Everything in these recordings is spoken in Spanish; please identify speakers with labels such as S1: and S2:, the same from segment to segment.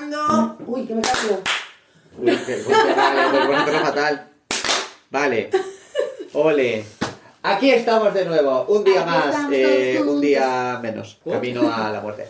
S1: hablando. Uy, que me caigo.
S2: Uy, qué cosa, vale, por ponerlo fatal. Vale. Ole. Aquí estamos de nuevo, un día
S1: Aquí
S2: más,
S1: estamos
S2: eh,
S1: todos
S2: un día menos, camino a la muerte.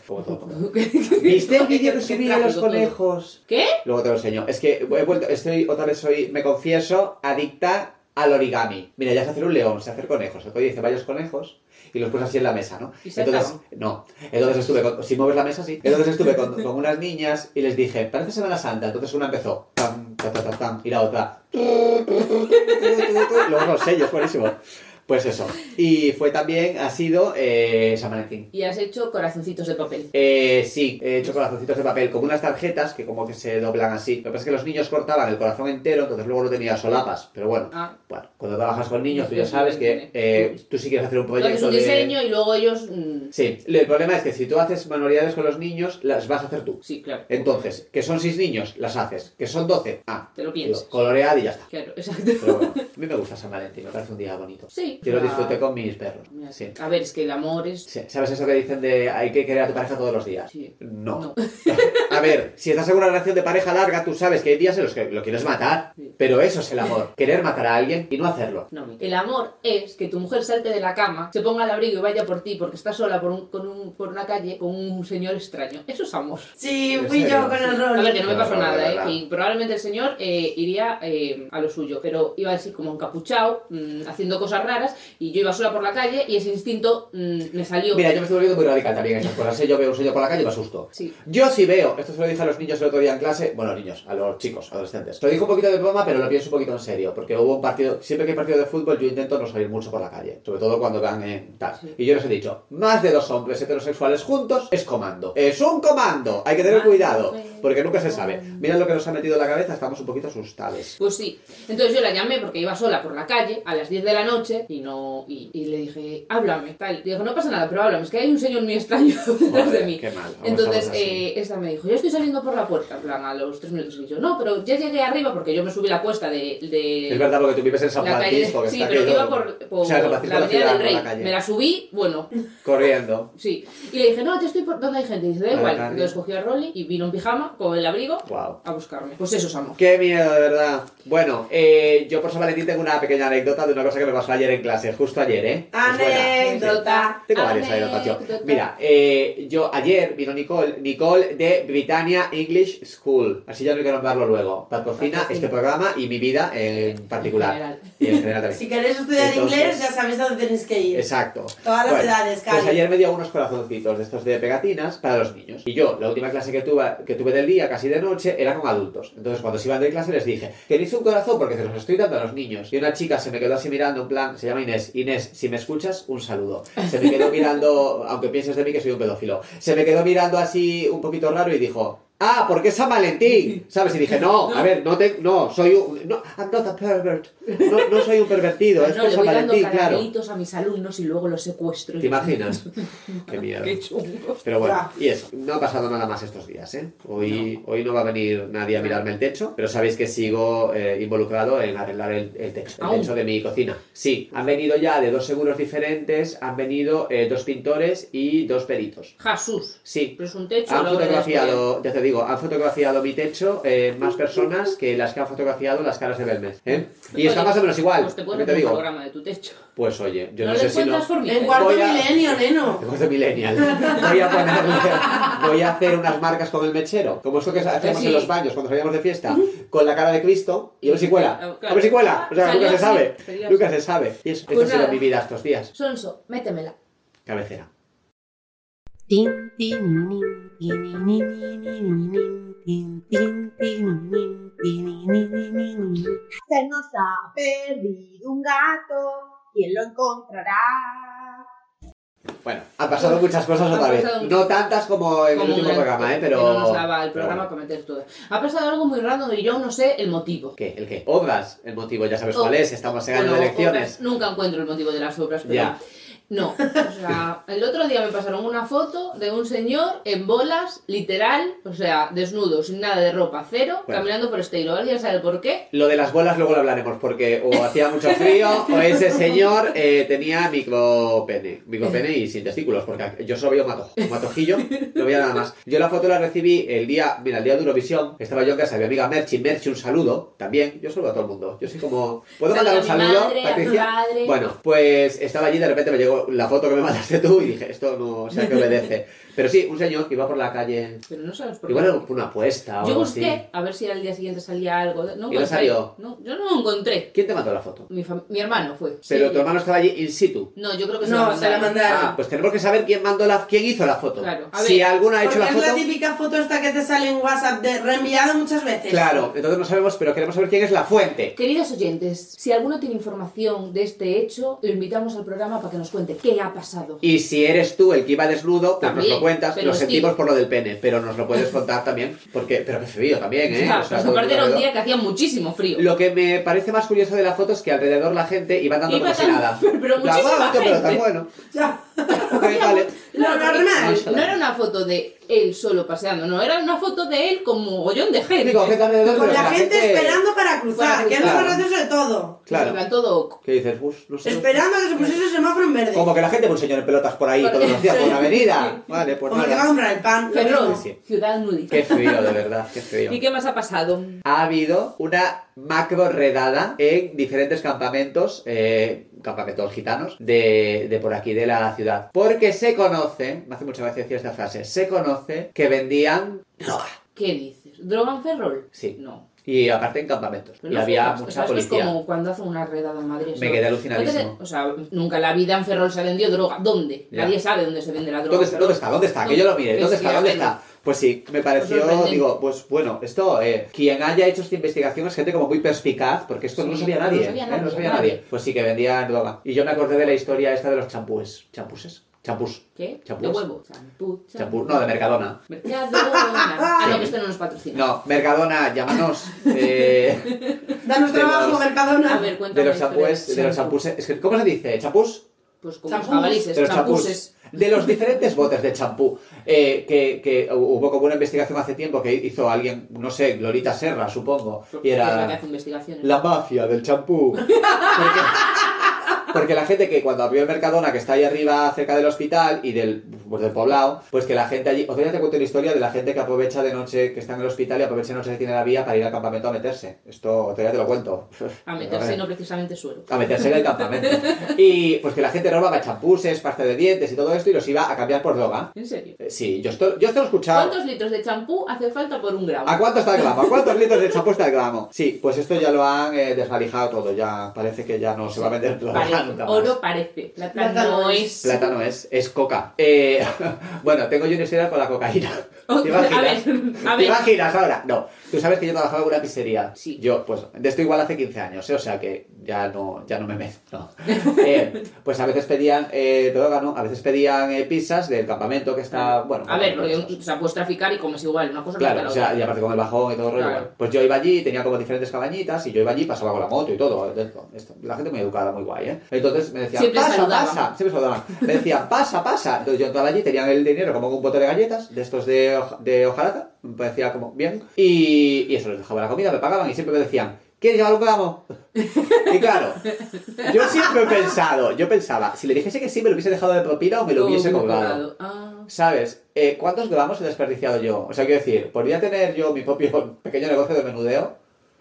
S2: ¿Viste el vídeo que subí de los conejos?
S3: ¿Qué?
S2: Luego te lo enseño. Es que he vuelto, estoy otra vez soy, me confieso, adicta al origami. Mira, ya sé hacer un león, sé hacer conejos. Entonces hice varios conejos y los puse así en la mesa, ¿no?
S3: ¿Y se
S2: Entonces,
S3: acaban?
S2: no. Entonces estuve con, si mueves la mesa, sí. Entonces estuve con, con unas niñas y les dije, parece Semana Santa. Entonces una empezó, tam, ta, ta, ta, tam, y la otra, tu, tu, tu, tu, tu, tu. luego los sellos, buenísimo. Pues eso. Y fue también, ha sido eh, San Valentín.
S3: Y has hecho corazoncitos de papel.
S2: Eh, sí, he hecho corazoncitos de papel, como unas tarjetas que como que se doblan así. Lo que pasa es que los niños cortaban el corazón entero, entonces luego no tenía solapas. Pero bueno,
S3: Ah,
S2: bueno cuando trabajas con niños tú ya sabes que eh, tú sí quieres hacer un
S3: tú haces
S2: proyecto
S3: un
S2: de...
S3: diseño y luego ellos. mm,
S2: Sí, el problema es que si tú haces manualidades con los niños, las vas a hacer tú.
S3: Sí, claro.
S2: Entonces, que son seis niños, las haces. Que son 12, ah,
S3: Te lo piensas.
S2: coloread y ya está.
S3: Claro, exacto.
S2: Pero bueno, a mí me gusta San Valentín, me parece un día bonito.
S3: Sí.
S2: Yo lo
S3: Ah,
S2: disfruté con mis perros.
S3: mira,
S2: Sí.
S3: A ver, es que el amor es.
S2: Sí, ¿Sabes eso que dicen de hay que querer a tu pareja todos los días?
S3: Sí.
S2: No.
S3: No.
S2: A ver, si estás en una relación de pareja larga, tú sabes que hay días en los que lo quieres matar.
S3: Sí.
S2: Pero eso es el amor. Querer matar a alguien y no hacerlo.
S3: No, Miguel. el amor es que tu mujer salte de la cama, se ponga al abrigo y vaya por ti porque está sola por, un- con un- por una calle con un señor extraño. Eso es amor.
S1: Sí,
S2: ¿En
S1: fui
S2: serio?
S1: yo con el
S3: A ver,
S1: rol.
S3: que no me pasó
S2: Claro,
S3: nada, ¿eh?
S2: claro.
S3: Y probablemente el señor eh, iría eh, a lo suyo, pero iba así como encapuchado, mm, haciendo cosas raras, y yo iba sola por la calle y ese instinto mm, me salió.
S2: Mira, yo me estoy volviendo muy radical también en esas cosas. ¿eh? Yo veo un señor por la calle y me asusto.
S3: Sí.
S2: Yo sí veo, esto se lo dije a los niños el otro día en clase, bueno, niños, a los chicos, adolescentes. Se lo dije un poquito de broma, pero lo pienso un poquito en serio, porque hubo un partido, siempre que hay partido de fútbol yo intento no salir mucho por la calle, sobre todo cuando van en tal.
S3: Sí.
S2: Y yo les he dicho, más de dos hombres heterosexuales juntos es comando. Es un comando, hay que tener
S3: Ah,
S2: cuidado,
S3: pues,
S2: porque nunca se sabe.
S3: comando.
S2: Mira lo que nos ha metido en la cabeza, estamos un poquito asustados.
S3: Pues sí. Entonces yo la llamé porque iba sola por la calle a las 10 de la noche y no y, y le dije, háblame, tal. Dijo, no pasa nada, pero háblame, es que hay un señor muy extraño detrás de
S2: Joder,
S3: mí.
S2: qué mal, aún
S3: Entonces
S2: estamos así.
S3: eh, esta me dijo, yo estoy saliendo por la puerta, en plan, a los 3 minutos. Y yo, no, pero ya llegué arriba porque yo me subí la cuesta de... de-
S2: Es verdad, porque tú vives en San
S3: la calle de-
S2: Francisco, que
S3: sí,
S2: está
S3: pero
S2: aquello-
S3: iba por, por
S2: o sea, San
S3: la
S2: Francisco la
S3: avenida
S2: ciudad,
S3: del
S2: no
S3: Rey.
S2: la calle.
S3: me la subí, bueno,
S2: corriendo.
S3: sí. Y le dije, no, yo estoy por donde hay gente. Y dice, da
S2: A la
S3: igual.
S2: calle.
S3: Entonces cogí a Rolly y vino en pijama con el abrigo
S2: Guau.
S3: a buscarme. Pues eso es amor.
S2: Qué miedo, de verdad. Bueno, eh, yo por San Valentín tengo una pequeña anécdota de una cosa que me pasó ayer en clase, justo ayer, ¿eh? Es buena.
S1: Anécdota.
S2: Tengo varias anécdotas yo.
S3: Anécdota.
S2: Mira, eh, yo ayer vino Nicole, Nicole de Britannia English School. Así ya no hay que nombrarlo luego. Patrocina
S3: Patrocina.
S2: este programa y mi vida en particular.
S3: general.
S2: Y en general también.
S1: Si queréis estudiar
S2: Entonces-
S1: inglés, ya sabéis a dónde tenéis que ir.
S2: Exacto.
S1: Todas las
S2: Bueno,
S1: edades, Cari.
S2: Pues ayer me dio unos corazoncitos de estos de pegatinas para los niños. Y yo, la última clase que tuve, que tuve del día, casi de noche, era con adultos. Entonces, cuando se iban de clase, les dije, tenéis un corazón porque se los estoy dando a los niños. Y una chica se me quedó así mirando, en plan, se llama Inés. Inés, si me escuchas, un saludo. Se me quedó mirando, aunque pienses de mí que soy un pedófilo, se me quedó mirando así un poquito raro y dijo... Ah, porque es San Valentín, ¿sabes? Y dije, no, a ver, no te, no, soy un, no, I'm not a pervert, no, no soy un pervertido, es por
S3: no, le
S2: San
S3: voy dando
S2: Valentín, claro.
S3: caracolitos a mis alumnos y luego los secuestro.
S2: ¿Te imaginas? Qué miedo.
S3: Qué chungo.
S2: Pero bueno,
S1: Ya.
S2: y eso, no ha pasado nada más estos días, ¿eh? Hoy no, hoy no va a venir nadie a mirarme el techo, pero sabéis que sigo eh, involucrado en arreglar el, el techo, el
S3: Aún.
S2: techo de mi cocina. Sí, han venido ya de dos seguros diferentes, han venido eh, dos pintores y dos peritos.
S3: Jesús.
S2: Sí,
S3: Pero es un techo.
S2: han
S3: la obra de las
S2: fotografiado, ya te digo, han fotografiado mi techo eh, más personas que las que han fotografiado las caras de Belmez, ¿eh? Y está
S3: Oye,
S2: más o menos igual,
S3: Pues te
S2: ¿qué
S3: puedes
S2: te
S3: hacer un
S2: digo?
S3: programa de tu techo.
S2: Pues oye, yo no,
S3: le
S2: sé si no...
S3: encuentras formita,
S1: En
S3: ¿eh?
S1: cuarto
S2: Voy a-
S1: milenio, neno.
S2: Voz de millennial. Voy a ponerle- voy a hacer unas marcas con el mechero, como eso que hacemos
S3: Pues Sí.
S2: en los baños cuando salíamos de fiesta, con la cara de Cristo y a ver si cuela.
S3: Claro.
S2: A ver si cuela. O sea,
S3: Salió
S2: nunca se
S3: así,
S2: sabe.
S3: salió así.
S2: Nunca se sabe. Y eso, esto ha
S3: Pues
S2: sido
S3: nada.
S2: mi vida estos días.
S3: Sonso, métemela.
S2: Cabecera.
S4: Tin, tin, nin, tin, nin, nin, nin, nin, tin, tin, tin, nin, tin, nin, nin, nin, nin.
S5: Se nos ha perdido un gato, ¿quién lo encontrará?
S2: Bueno, han pasado muchas cosas
S3: Pues Han
S2: otra vez.
S3: pasado muchas-
S2: No tantas como en el
S3: Como
S2: último
S3: una-
S2: programa, ¿eh? Pero.
S3: Que no nos daba el
S2: pero
S3: programa
S2: bueno.
S3: para meter todas. Ha pasado algo muy random y yo no sé el motivo.
S2: ¿Qué? ¿El qué? Obras. El motivo ya sabes
S3: Oh.
S2: cuál es. Estamos en año
S3: Bueno,
S2: de elecciones.
S3: obras, nunca encuentro el motivo de las obras, pero.
S2: Ya.
S3: No, o sea, el otro día me pasaron una foto de un señor en bolas, literal, o sea, desnudo, sin nada de ropa, cero,
S2: Bueno.
S3: caminando por este Esteiro. ¿Alguien sabe por qué?
S2: Lo de las bolas luego lo hablaremos, porque o hacía mucho frío o ese señor eh, tenía micropene. Micropene y sin testículos, porque yo solo veo mato, matojillo, no veía nada más. Yo la foto la recibí el día, mira, el día de Eurovisión. Estaba yo en casa de mi amiga Merchi. Merchi, un saludo también. Yo saludo a todo el mundo. Yo soy como. ¿Puedo
S3: Saludo
S2: mandar
S3: a
S2: un
S3: mi
S2: saludo,
S3: madre, a tu
S2: Patricia?
S3: padre.
S2: Bueno, pues estaba allí de repente me llegó la foto que me mandaste tú y dije, esto no sé a qué obedece. Pero sí, un señor que iba por la calle.
S3: Pero no sabes por qué.
S2: Igual era por una apuesta o
S3: yo
S2: algo así.
S3: busqué a ver si al día siguiente salía algo. No
S2: ¿Y no
S3: encontré.
S2: salió?
S3: No, yo no lo encontré.
S2: ¿Quién te mandó la foto?
S3: Mi, fam- mi hermano fue.
S2: Pero
S3: Sí.
S2: tu hermano estaba allí in situ.
S3: No, yo creo que se
S1: No,
S3: la
S1: se la
S3: mandaron.
S2: Ah,
S1: mandaron.
S2: pues tenemos que saber quién mandó la, quién hizo la foto.
S3: Claro, a ver.
S2: si alguna ha hecho
S1: Porque
S2: la
S1: es
S2: foto.
S1: la típica foto esta que te sale en WhatsApp de reenviado muchas veces.
S2: Claro, entonces no sabemos, pero queremos saber quién es la fuente.
S3: Queridos oyentes, si alguno tiene información de este hecho, lo invitamos al programa para que nos cuente qué ha pasado.
S2: Y si eres tú el que iba desnudo, pues
S3: También,
S2: nos lo cuentas,
S3: pero
S2: lo
S3: vestido.
S2: sentimos por lo del pene, pero nos lo puedes contar también, porque, pero que frío también, ¿eh? O
S3: Claro,
S2: sea,
S3: pues
S2: todo
S3: aparte era un
S2: alrededor.
S3: día que hacía muchísimo frío.
S2: Lo que me parece más curioso de la foto es que alrededor la gente iba dando
S3: Iba
S2: como si
S3: dando-
S2: nada.
S3: pero
S2: La
S3: muchísima
S2: guau, tío, pero tan
S3: gente.
S2: bueno.
S1: Ya.
S2: Ok, vale.
S1: Lo normal.
S3: No era una foto de él solo paseando, no, era una foto de él con mogollón de gente.
S2: Digo, gente alrededor,
S1: Con
S2: pero
S1: la gente esperando para cruzar,
S3: Para
S1: que es lo
S2: cruzar.
S1: más gracioso de todo.
S3: En
S2: Claro.
S3: plan, todo oco.
S2: ¿Qué dices? Uff, no sé.
S1: Esperando a que se pusiese el semáforo en verde.
S2: Como que la gente un señor en pelotas por ahí
S3: Porque-
S2: todos los días por la avenida. Vale, pues
S1: Como que va a
S2: nada.
S1: comprar el pan.
S3: Ferrol,
S2: Sí, sí.
S3: ciudad nudista.
S2: Qué frío, de verdad, qué frío.
S3: ¿Y qué más ha pasado?
S2: Ha habido una macro redada en diferentes campamentos, eh, campamentos gitanos, de, de por aquí, de la ciudad. Porque se conoce, me hace mucha gracia decir esta frase, se conoce que vendían droga.
S3: ¿Qué dices? ¿Droga en Ferrol?
S2: Sí.
S3: No.
S2: Y aparte en campamentos.
S3: Pero
S2: y
S3: no
S2: había
S3: flipas, o sea,
S2: mucha
S3: esto es
S2: policía.
S3: como cuando hacen una redada en Madrid.
S2: Me
S3: ¿no?
S2: quedé
S3: Entonces,
S2: alucinadísimo.
S3: o sea, nunca en la vida en Ferrol se vendió droga. ¿Dónde?
S2: Ya.
S3: Nadie sabe dónde se vende la droga.
S2: ¿Dónde,
S3: en
S2: dónde
S3: Ferrol.
S2: está? ¿Dónde está? Que yo lo mire. ¿Dónde está? ¿Dónde
S3: Efectivamente.
S2: está? Pues sí, me pareció,
S3: Pues sorprendente.
S2: digo, pues bueno, esto, eh, quien haya hecho esta investigación es gente como muy perspicaz, porque esto no lo
S3: Sí,
S2: sabía
S3: no
S2: nadie.
S3: lo sabía
S2: ¿eh?
S3: nadie,
S2: No lo sabía
S3: nadie.
S2: nadie. Pues sí, que vendían droga. Y yo me acordé de la historia esta de los champúes. ¿Champuses? Champús.
S3: ¿Qué?
S2: Champús.
S3: De huevo. Champú.
S2: Champús. No, de Mercadona.
S3: Mercadona. Ah,
S2: Sí.
S3: no, que esto no nos patrocina.
S2: No, Mercadona, llámanos. Eh,
S1: Danos
S2: De
S1: trabajo,
S2: los-
S1: Mercadona.
S3: A ver, cuéntame.
S2: de los
S3: la historia.
S2: champúes, de los
S3: Champú.
S2: champuses. Es que, ¿cómo se dice? ¿Chapús?
S3: Pues como los
S1: Champús.
S3: jabalices,
S2: de los
S3: champuses.
S2: champús, de los diferentes botes de champú, eh, que, que hubo como una investigación hace tiempo que hizo alguien, no sé, Glorita Serra, supongo, y
S3: Es la que
S2: era
S3: hace investigaciones.
S2: la mafia del champú. Porque- Porque la gente que cuando abrió el Mercadona, que está ahí arriba cerca del hospital y del, pues del poblado, pues que la gente allí... Os voy a te cuento una historia de la gente que aprovecha de noche, que está en el hospital y aprovecha de noche que tiene la vía para ir al campamento a meterse. Esto todavía te lo cuento.
S3: A meterse no precisamente suelo.
S2: A meterse en el campamento. Y pues que la gente robaba champuses, pasta de dientes y todo esto y los iba a cambiar por droga.
S3: En serio.
S2: Eh, Sí, yo esto, yo esto lo he escuchado.
S3: ¿Cuántos litros de champú hace falta por un gramo?
S2: ¿A cuánto está el gramo? ¿A cuántos litros de champú está el gramo? Sí, pues esto ya lo han eh, desvalijado todo. Ya parece que ya no se va a vender droga
S3: Parece.
S2: nunca más.
S3: Oro parece. Plata
S1: Plata
S3: no
S1: no
S3: es.
S2: Plátano es, es coca. Eh, bueno, tengo yo una historia con la cocaína.
S3: Oh,
S2: ¿Te imaginas?
S3: a ver, a
S2: ¿Te
S3: ver.
S2: imaginas ahora? No. Tú sabes que yo trabajaba en una pizzería.
S3: Sí.
S2: Yo, pues, de esto igual hace 15 años, ¿eh? o sea que ya no, ya no me mezclo. Eh, pues a veces pedían eh, droga, ¿no? A veces pedían eh, pizzas del campamento que está, bueno... pues,
S3: A ver, porque
S2: esos.
S3: o sea, puedes traficar y comes igual, una cosa que
S2: Claro,
S3: la
S2: o
S3: otra.
S2: sea, y aparte con el bajón y todo el rollo.
S3: Claro.
S2: bueno. Pues yo iba allí, tenía como diferentes cabañitas, y yo iba allí, pasaba con la moto y todo. esto, esto. La gente muy educada, muy guay, ¿eh? Entonces me decían,
S3: Siempre
S2: pasa,
S3: saludaban.
S2: pasa, siempre saludaban. Me decían, pasa, pasa. Entonces yo entraba allí, tenían el dinero como un bote de galletas, de estos de, hoja- de hojalata, me parecía como bien. Y, y eso, les dejaba la comida, me pagaban y siempre me decían, ¿quieres llevar un gramo? Y claro, yo siempre he pensado, yo pensaba, si le dijese que sí, me lo hubiese dejado de propina o me lo hubiese
S3: Todo
S2: cobrado.
S3: colgado. Ah,
S2: ¿Sabes? Eh, ¿Cuántos gramos he desperdiciado yo? O sea, quiero decir, ¿podría tener yo mi propio pequeño negocio de menudeo?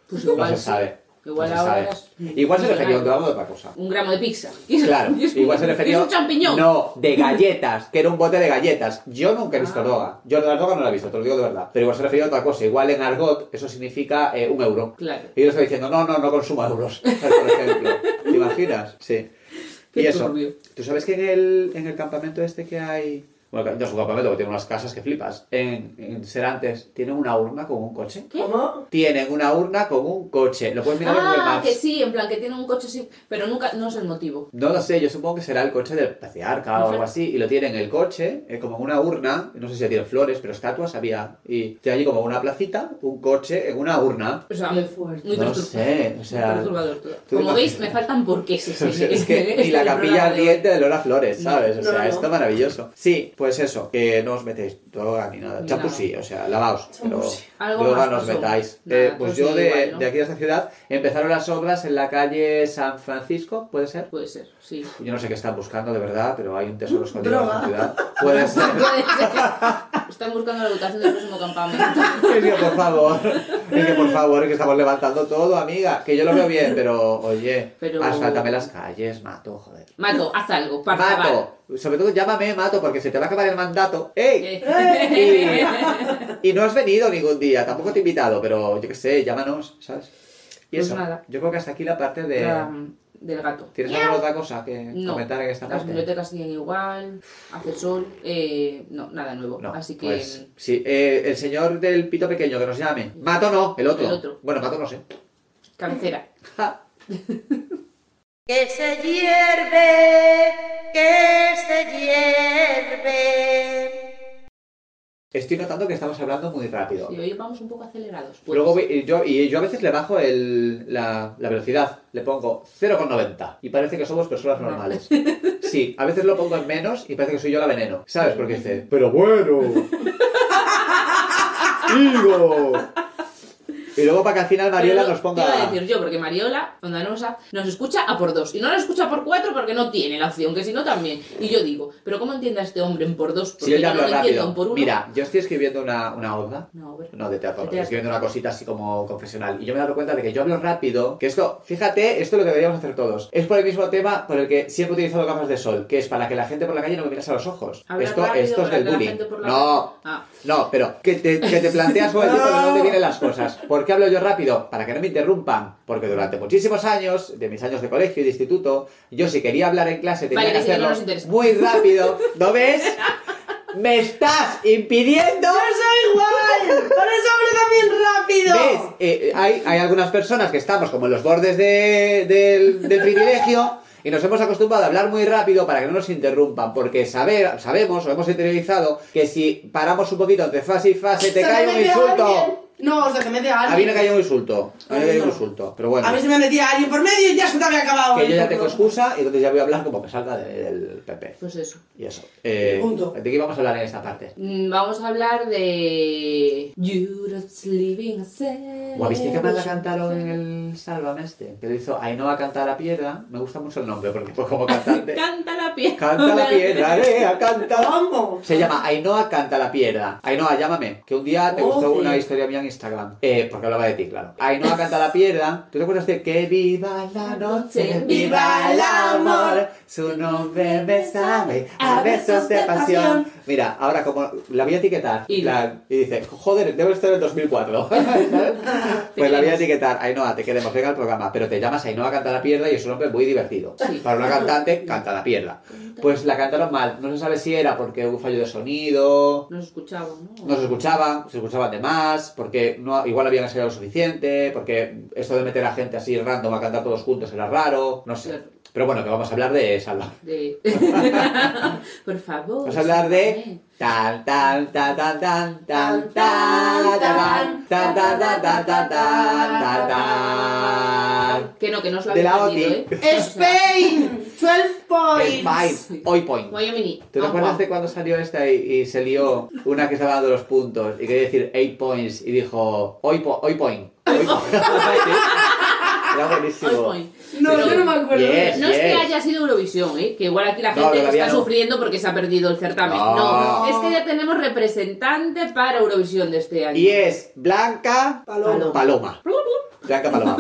S3: pues
S2: No
S3: igual.
S2: se
S3: sí.
S2: sabe.
S3: Igual
S2: no se
S3: ahora.
S2: sabe.
S3: es-
S2: Igual se refería a un
S3: millonario.
S2: gramo de otra cosa.
S3: Un gramo de pizza.
S2: Claro,
S3: Y es-
S2: igual se refería...
S3: Es un champiñón.
S2: No, de galletas, que era un bote de galletas. Yo nunca he visto
S3: Ah.
S2: droga. Yo de la droga no la he visto, te lo digo de verdad. Pero igual se refería a otra cosa. Igual en argot eso significa eh, un euro.
S3: Claro.
S2: Y yo estoy diciendo, no, no, no consumo euros, por ejemplo. ¿Te imaginas? Sí.
S3: Qué
S2: y eso,
S3: turbio.
S2: ¿tú sabes que en el, en el campamento este que hay Bueno, no es un campamento, que tiene unas casas que flipas. En, en Serantes tienen una urna con un coche.
S3: ¿Qué?
S1: ¿Cómo?
S2: Tienen una urna con un coche. Lo puedes mirar en Google
S3: Ah,
S2: Maps.
S3: que sí, en plan que tiene un coche así, pero nunca, no es el motivo.
S2: No lo sé, yo supongo que será el coche del patriarca o
S3: Ujú.
S2: algo así. Y lo tienen el coche, eh, como en una urna. No sé si tienen flores, pero estatuas había. Y tiene allí como una placita, un coche en una urna.
S3: O sea,
S5: Muy
S3: muy,
S5: fuerte.
S3: muy
S2: no
S3: pertur-
S2: sé, o
S3: muy
S2: sea.
S3: perturbador todo.
S2: ¿tú
S3: Como veis,
S2: imaginas?
S3: me faltan ¿eh? Este porqués.
S2: O sea, es que y la capilla ardiente de Lola Flores, ¿sabes? O
S1: No,
S2: sea,
S1: no, no.
S2: está maravilloso. Sí, pues eso, que no os metéis droga ni nada.
S3: Ni
S2: Chapus sí, o sea, lavaos. Pero
S1: Chapus sí.
S3: Algo
S2: droga
S3: más
S2: no os
S3: pasó.
S2: metáis.
S3: Nada,
S2: Eh, pues
S3: pues
S2: yo
S3: sí,
S2: de,
S3: igual, ¿no?
S2: de aquí de esta ciudad empezaron las obras en la calle San Francisco, ¿puede ser?
S3: Puede ser, sí.
S2: Yo no sé qué están buscando de verdad, pero hay un tesoro escondido en
S1: Droga.
S2: la ciudad. Puede ser.
S3: Puede ser. Están buscando la votación del próximo campamento.
S2: Es que por favor, es que por favor, es que estamos levantando todo, amiga. Que yo lo veo bien, pero oye,
S3: Pero-
S2: asfáltame las calles, mato, joder.
S3: Mato, haz algo, para
S2: Mato, sobre todo llámame Mato porque se te va a acabar el mandato.
S3: Eh.
S2: ¡Ey! Y no has venido ningún día, tampoco te he invitado, pero yo qué sé, llámanos, ¿sabes? Y
S3: Pues
S2: eso,
S3: nada.
S2: yo creo que hasta aquí la parte de...
S3: del gato.
S2: Eh. ¿Tienes alguna otra cosa que comentar en esta
S3: las
S2: parte?
S3: bibliotecas siguen igual, hace sol, eh, no, nada nuevo.
S2: No,
S3: Así que
S2: pues, sí, eh, el señor del pito pequeño que nos llame. Mato no, el otro.
S3: El otro.
S2: Bueno, Mato no sé.
S3: cabecera.
S2: Ja.
S4: Que se hierve, que se hierve.
S2: Estoy notando que estamos hablando muy rápido.
S3: Y hoy vamos un poco acelerados. pues.
S2: Luego voy- y yo, y yo a veces le bajo el, la, la velocidad, le pongo 0,90 y parece que somos personas normales. Sí, a veces lo pongo en menos y parece que soy yo la veneno, ¿sabes? Porque dice, pero bueno, digo. Y luego para que al final Mariela
S3: Pero
S2: nos
S3: Te iba a
S2: ponga...
S3: decir yo, porque Mariola, Ondanosa, nos escucha a por dos. Y no nos escucha por cuatro porque no tiene la opción, que si no también. Y yo digo, ¿pero cómo entiende a este hombre en por dos? Porque
S2: Si yo ya
S3: no
S2: hablo
S3: lo entiendo en por
S2: rápido.
S3: uno.
S2: Mira, yo estoy escribiendo una, una onda
S3: No, a ver.
S2: No, de teatro,
S3: De
S2: no.
S3: teatro.
S2: estoy viendo una cosita así como confesional. Y yo me he dado cuenta de que yo hablo rápido, que esto, fíjate, esto es lo que deberíamos hacer todos. Es por el mismo tema por el que siempre he utilizado gafas de sol, que es para que la gente por la calle no me mirase a los ojos.
S3: Hablar
S2: esto,
S3: rápido
S2: esto es
S3: para
S2: del
S3: que la
S2: bullying.
S3: gente por la
S2: No,
S3: Ah,
S2: no, pero que te, que te planteas todo el tiempo de dónde vienen las cosas. ¿Por qué hablo yo rápido? Para que no me interrumpan. Porque durante muchísimos años, de mis años de colegio y de instituto, yo si quería hablar en clase tenía
S3: Vale,
S2: que
S3: que sí, que no
S2: hacerlo
S3: nos interesa.
S2: muy rápido. ¿No ves? ¡Me estás impidiendo!
S1: soy igual! ¡Por eso hablo también
S2: ¿Ves?
S1: rápido!
S2: Eh, hay, hay algunas personas que estamos como en los bordes de- del, del privilegio y nos hemos acostumbrado a hablar muy rápido para que no nos interrumpan, porque saber, sabemos o hemos interiorizado que si paramos un poquito entre fase y fase
S1: Se
S2: te cae
S1: me
S2: un
S1: metía
S2: insulto.
S1: alguien. No, o sea, se mete a alguien.
S2: A mí me cayó un insulto. A mí me cayó un
S1: No.
S2: insulto, pero bueno.
S1: A mí se me metía alguien por medio y ya se te había acabado.
S2: Que yo
S1: el
S2: ya tengo
S1: turno.
S2: excusa y entonces ya voy a hablar como que salga del PP.
S3: pues eso.
S2: Y eso. Eh,
S1: Punto.
S2: ¿De qué vamos a hablar en esta parte?
S3: Mm, Vamos a hablar de. Europe's Living Set.
S2: Guau, ¿viste que más la cantaron en el Sálvame este? Que lo hizo Ainhoa Cantar la Piedra. Me gusta mucho el nombre porque pues como cantante...
S3: Canta la piedra.
S2: Canta la piedra, eh, canta la...
S1: ¿Cómo?
S2: Se llama Ainhoa Canta la Piedra. Ainhoa, llámame, que un día te gustó
S1: Oye.
S2: una historia mía en Instagram. Eh, porque hablaba de ti, claro. Ainhoa Canta la Piedra. ¿Tú te acuerdas de que viva la noche, viva el amor? Su nombre me sabe a besos de pasión. Mira, ahora como la voy a etiquetar
S3: Y-
S2: la- y dice, joder, debe estar en el 2004. ¿sabes? pues la voy a
S3: queremos.
S2: etiquetar. Ainhoa, te queremos, venga al programa. Pero te llamas Ainhoa Canta la Piedra y es un nombre muy divertido.
S3: Sí.
S2: Para una cantante, canta la pierna. Pues la cantaron mal. No se sabe si era porque hubo un fallo de sonido,
S3: Nos escuchaban, ¿no?
S2: no se escuchaban, se escuchaban de más, porque no, igual habían ensayado lo suficiente, porque esto de meter a gente así random a cantar todos juntos era raro, no sé.
S3: Claro.
S2: Pero bueno, que vamos a hablar de Salva.
S3: De... Por favor.
S2: Vamos a hablar de... Tan, tan, tan, tan, tan, tan, tan, tan, tan, tan, tan, tan, tan, tan, tan.
S3: Que no, que no os lo
S2: De
S3: habéis
S2: la
S3: entendido,
S2: OTI.
S3: ¿eh? O sea,
S1: Spain, 12
S2: El
S1: points.
S2: Vibe, hoy point.
S3: Wyoming.
S2: ¿Tú te
S3: Juan,
S2: acuerdas
S3: Juan.
S2: de cuando salió esta y, y se lió una que estaba dando los puntos y quería decir 8 points y dijo hoy, po- hoy point? Hoy point. Era buenísimo.
S3: Hoy point.
S1: No,
S3: Pero-
S1: yo no me acuerdo.
S2: Yes.
S3: No es que
S2: Yes.
S3: haya sido Eurovisión, ¿eh? que igual aquí
S2: No,
S3: la gente
S2: todavía
S3: está
S2: no.
S3: sufriendo porque se ha perdido el certamen.
S2: No.
S3: No. es que ya tenemos representante para Eurovisión de este año.
S2: Y es Blanca
S1: Paloma.
S2: Paloma. Blanca Paloma.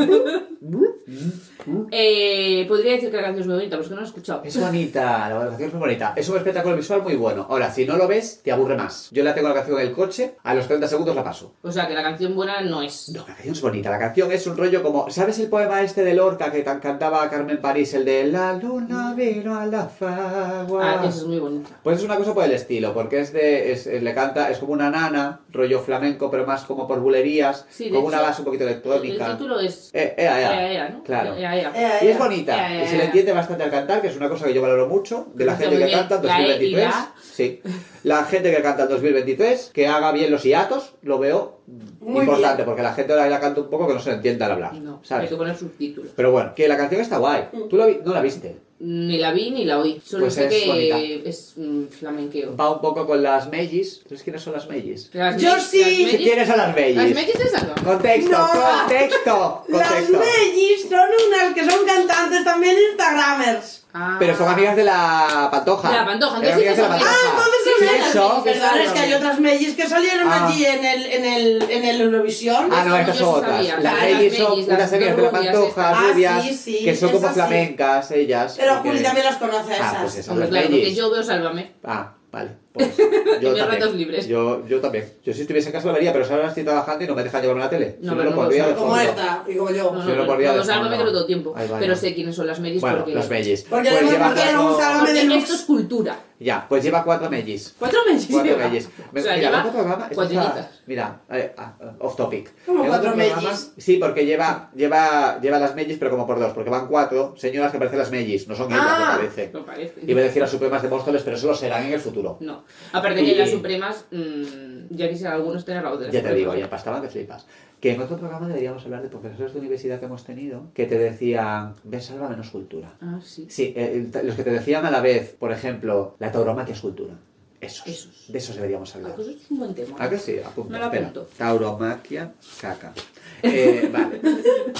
S3: Eh, podría decir que la canción es muy bonita, los que no la han escuchado.
S2: Es bonita, la canción es muy bonita. Es un espectáculo visual muy bueno. Ahora, si no lo ves, te aburre más. Yo la tengo la canción en el coche, a los 30 segundos la paso.
S3: O sea, que la canción buena no es.
S2: No, la canción es bonita. La canción es un rollo como. ¿Sabes el poema este de Lorca que tan cantaba Carmen París? El de La luna vino a la fagua.
S3: Ah, esa es muy bonita.
S2: Pues es una cosa por el estilo, porque es de. es- es- le canta, es como una nana, rollo flamenco, pero más como por bulerías,
S3: Sí, de
S2: con una
S3: hecho,
S2: base un poquito
S3: El,
S2: electrónica.
S3: título es.
S2: Eh, ea, ea.
S3: Ea, ea, ¿no?
S2: Claro.
S3: Ea, ea.
S1: Eh,
S2: Y
S1: eh,
S2: es bonita,
S3: Ya, ya,
S2: y se le
S3: ya.
S2: entiende bastante al cantar, que es una cosa que yo valoro mucho, de la
S3: Está
S2: gente
S3: muy
S2: que
S3: bien.
S2: canta en
S3: La E y
S2: 2023.
S3: la-
S2: sí. La gente que canta en 2023, que haga bien los hiatos, lo veo
S1: Muy
S2: importante, porque la gente ahora la canta un poco que no se le entiende al hablar,
S3: No, Mm. hay
S2: ¿sabes?
S3: que poner subtítulos.
S2: Pero bueno, que la canción está guay. Tú la vi- no la viste.
S3: Ni la vi ni la oí. Solo
S2: Pues
S3: sé
S2: es
S3: que
S2: bonita.
S3: es mm, flamenqueo.
S2: Va un poco con las mellis. ¿Sabes quiénes son las mellis?
S3: Las
S1: Yo
S3: Mellis-
S1: sí.
S3: las
S1: Si
S2: Si
S3: Mellis-
S2: tienes a las
S3: Las
S2: mellis.
S3: Mellis de Salva.
S2: Contexto,
S1: No.
S2: contexto,
S1: Las
S2: contexto.
S1: Mellis son unas que son cantantes también Instagramers.
S3: Ah.
S2: Pero son amigas de la Pantoja.
S3: De la Pantoja,
S2: Eran
S3: entonces sí que
S2: amigas de la
S3: son mellis.
S2: Pantoja.
S3: Ah,
S1: entonces
S2: ¿Y
S1: son mellis.
S2: eso?
S3: Que
S1: Perdón, es que hay otras Mellis que salieron
S2: Ah.
S1: allí en el, en el, en el Eurovisión.
S2: Ah, no, estas
S3: Yo
S2: son
S3: sí sabía.
S2: otras. Las
S1: Ah,
S2: Ladies
S3: las
S2: son
S3: Ladies,
S2: una
S3: las
S2: serie de
S3: dos
S2: la
S3: rubias
S2: pantoja,
S1: estas. Ah,
S2: rubias,
S1: sí, sí,
S2: que son como
S1: esas sí.
S2: flamencas ellas.
S1: Pero
S2: porque-
S1: Juli también las conoce a esas.
S2: Ah, pues esas,
S3: Hombre,
S2: las
S3: claro,
S2: ladies.
S3: porque yo veo Sálvame.
S2: Ah, vale. Pues,
S3: En
S2: yo
S3: mis
S2: también.
S3: ratos libres.
S2: Yo, yo también. Yo si estuviese en casa lo vería, pero ahora estoy trabajando y no me dejan llevarme la tele.
S3: No,
S2: si no,
S3: pero
S2: lo
S3: no
S2: pondría
S3: lo
S2: de
S3: sé.
S1: Como
S2: fondo.
S1: esta y como yo.
S3: No,
S2: Si no
S3: no,
S2: lo
S3: pero-
S2: pondría
S3: no,
S2: de
S3: Sálvame
S2: fondo.
S3: que lo tengo tiempo.
S2: Ay, vaya.
S3: Pero sé quiénes son las Mellis
S2: Bueno,
S3: porque...
S2: las mellis.
S1: Porque
S2: pues
S1: además
S2: lleva
S1: hicieron un
S2: cuatro-
S1: salón.
S3: Porque
S1: Sálvame de
S3: esto
S1: luz.
S3: es cultura.
S2: Ya, pues lleva cuatro mellis.
S3: Cuatro Mellis.
S2: Cuatro
S3: lleva.
S2: mellis.
S3: O sea,
S2: mira,
S3: lleva
S2: otro programa, esto está-
S3: cuadrillitas.
S2: Mira, eh, ah, ah, off topic.
S1: Como
S2: En
S1: cuatro
S2: otro programa-
S1: mellis.
S2: Sí, porque lleva, lleva, lleva las mellis, pero como por dos, porque van cuatro señoras que parecen las mellis, no son ellas,
S1: Ah.
S2: me parece.
S3: No parece.
S2: Iba a decir las supremas de Móstoles, pero eso lo serán en el futuro.
S3: No. Aparte
S2: Y-
S3: que las Supremas, mm, ya quisieran algunos tener la voz de las
S2: Ya te digo,
S3: Supremas.
S2: ya pastaban que flipas. Que en otro programa deberíamos hablar de profesores de universidad que hemos tenido que te decían, ves, salva menos cultura.
S3: Ah, sí.
S2: Sí, eh, los que te decían a la vez, por ejemplo, la tauromaquia es cultura. Esos.
S3: Esos.
S2: De esos deberíamos hablar.
S3: Ah, pues es un buen tema.
S2: ¿A que sí? Apunta,
S3: Me lo
S2: espera.
S3: apunto.
S2: Tauromaquia, caca. Eh, vale.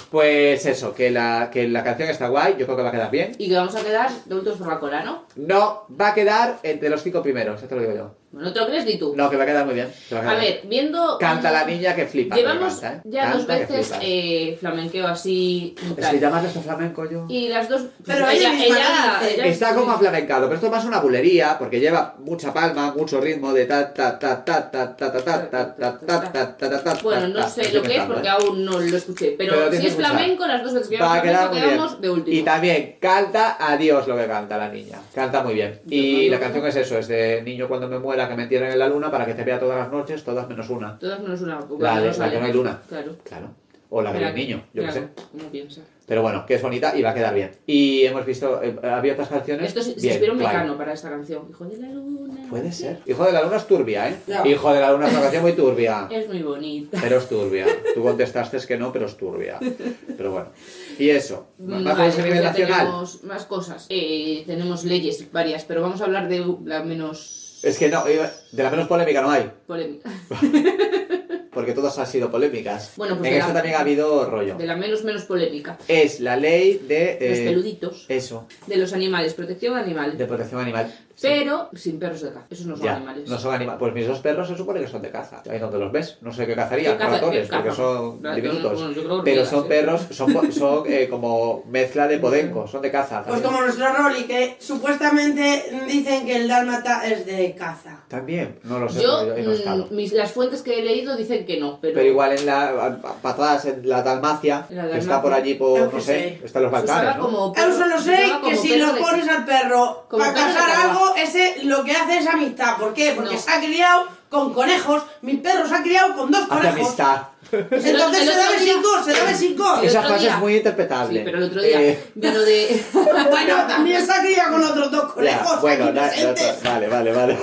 S2: Pues eso, que la, que la canción está guay, yo creo que va a quedar bien.
S3: Y que vamos a quedar de adultos por la cola, ¿no?
S2: No, va a quedar entre los cinco primeros, ya te lo digo yo.
S3: Bueno, te lo crees ni tú.
S2: No, que va a quedar muy bien. que va a,
S3: A
S2: quedar bien.
S3: ver, viendo...
S2: Canta la niña que flipa.
S3: Llevamos
S2: que canta, ¿eh?
S3: ya dos
S2: Canta que
S3: veces
S2: flipas.
S3: eh, flamenqueo así y
S2: Es que
S3: tal.
S2: llamas esto flamenco yo.
S3: Y las dos...
S1: Pero
S3: pues
S1: ella misma lo dice.
S2: Está
S3: es-
S2: como aflamencado, pero esto es más una bulería, porque lleva mucha palma, mucho ritmo de ta ta ta ta ta ta ta ta ta ta ta ta ta ta ta
S3: Bueno,
S2: ta,
S3: no sé
S2: estoy
S3: lo que es
S2: inventando,
S3: porque
S2: ¿eh?
S3: aún no lo escuché. Pero,
S2: Pero tienes
S3: si es
S2: que escuchar.
S3: flamenco, las dos veces que
S2: Va a
S3: vamos
S2: quedar muy bien.
S3: quedamos de último.
S2: Y también canta adiós lo que canta la niña. Canta muy bien. Y la canción es eso, es de niño cuando me muera que me entierren en la luna para que te vea todas las noches, todas menos una.
S3: Todas menos una. porque
S2: La de-
S3: nos
S2: la que
S3: sale.
S2: no hay luna.
S3: Claro.
S2: Claro. O la
S3: Mira,
S2: del niño, yo qué
S3: claro,
S2: sé.
S3: ¿Cómo piensa?
S2: Pero bueno, que es bonita y va a quedar bien. Y hemos visto, eh, había otras canciones.
S3: Esto se, se
S2: bien,
S3: inspira un
S2: guay.
S3: mecano para esta canción. Hijo de la luna.
S2: Puede ser. Hijo de la luna es turbia, ¿eh?
S1: Ya.
S2: Hijo de la luna es una canción muy turbia.
S3: Es muy bonita.
S2: Pero es turbia. Tú contestaste que no, pero es turbia. Pero bueno. Y eso. Más
S3: Vale,
S2: a ese
S3: pues
S2: nivel
S3: ya
S2: nacional.
S3: Tenemos más cosas. Eh, tenemos leyes varias, pero vamos a hablar de la menos
S2: Es que no, eh, de la menos polémica no hay.
S3: polémica.
S2: Porque todas han sido polémicas.
S3: Bueno, pues
S2: en
S3: de
S2: esta
S3: la-
S2: también ha habido rollo.
S3: De la menos menos polémica.
S2: Es la ley de.
S3: Los
S2: eh,
S3: peluditos.
S2: eso,
S3: De los animales, protección animal.
S2: de protección animal. Sí.
S3: Pero sin perros de caza. Esos no son
S2: Ya,
S3: animales.
S2: no son animales. Pues mis dos perros se supone que son de caza. Ahí donde los ves. No sé qué cazarían,
S3: ¿Qué caza-
S2: ratones,
S3: qué caza?
S2: porque son
S3: Ratones,
S2: diminutos.
S3: bueno, yo creo
S2: Pero
S3: hormigas,
S2: son
S3: ¿eh?
S2: perros, son, po- son eh, como mezcla de podenco, son de caza.
S1: Pues
S2: también.
S1: como nuestro Rolly, que supuestamente dicen que el dálmata es de caza.
S2: También, no lo sé, porque
S3: Yo,
S2: yo ahí no he
S3: mm,
S2: estado.
S3: mis, las fuentes que he leído dicen que no, pero,
S2: Pero igual en la, para atrás, en la Dalmacia,
S3: En la
S2: que está
S3: Dalmacia.
S2: por allí, por,
S1: Yo
S2: no
S1: qué
S2: sé,
S1: sé.
S2: está en los
S3: se usaba
S2: Balcanes, ¿no?
S3: como perro-
S1: Yo solo
S3: se
S1: sé
S3: usaba
S1: que
S3: como
S1: si
S3: perro
S1: lo
S3: de-
S1: pones al perro
S3: como
S1: para
S3: perro de
S1: cazar
S3: caza.
S1: algo, ese lo que hace es amistad. ¿Por qué? Porque
S3: No.
S1: se ha criado con conejos. Mi perro se ha criado con dos
S2: Hace
S1: conejos.
S2: amistad.
S1: Entonces
S3: El
S1: se
S3: otro
S1: da
S3: día-
S1: besicos, se da besicos.
S3: El
S2: Esa
S3: otro
S2: frase
S3: día-
S2: es muy interpretable.
S3: Sí, pero el otro día
S2: Eh,
S3: vino de.
S1: Bueno, también se ha criado con otros dos
S2: ya,
S1: conejos.
S2: bueno,
S1: aquí
S2: da- da-
S1: presentes.
S2: vale, vale, vale.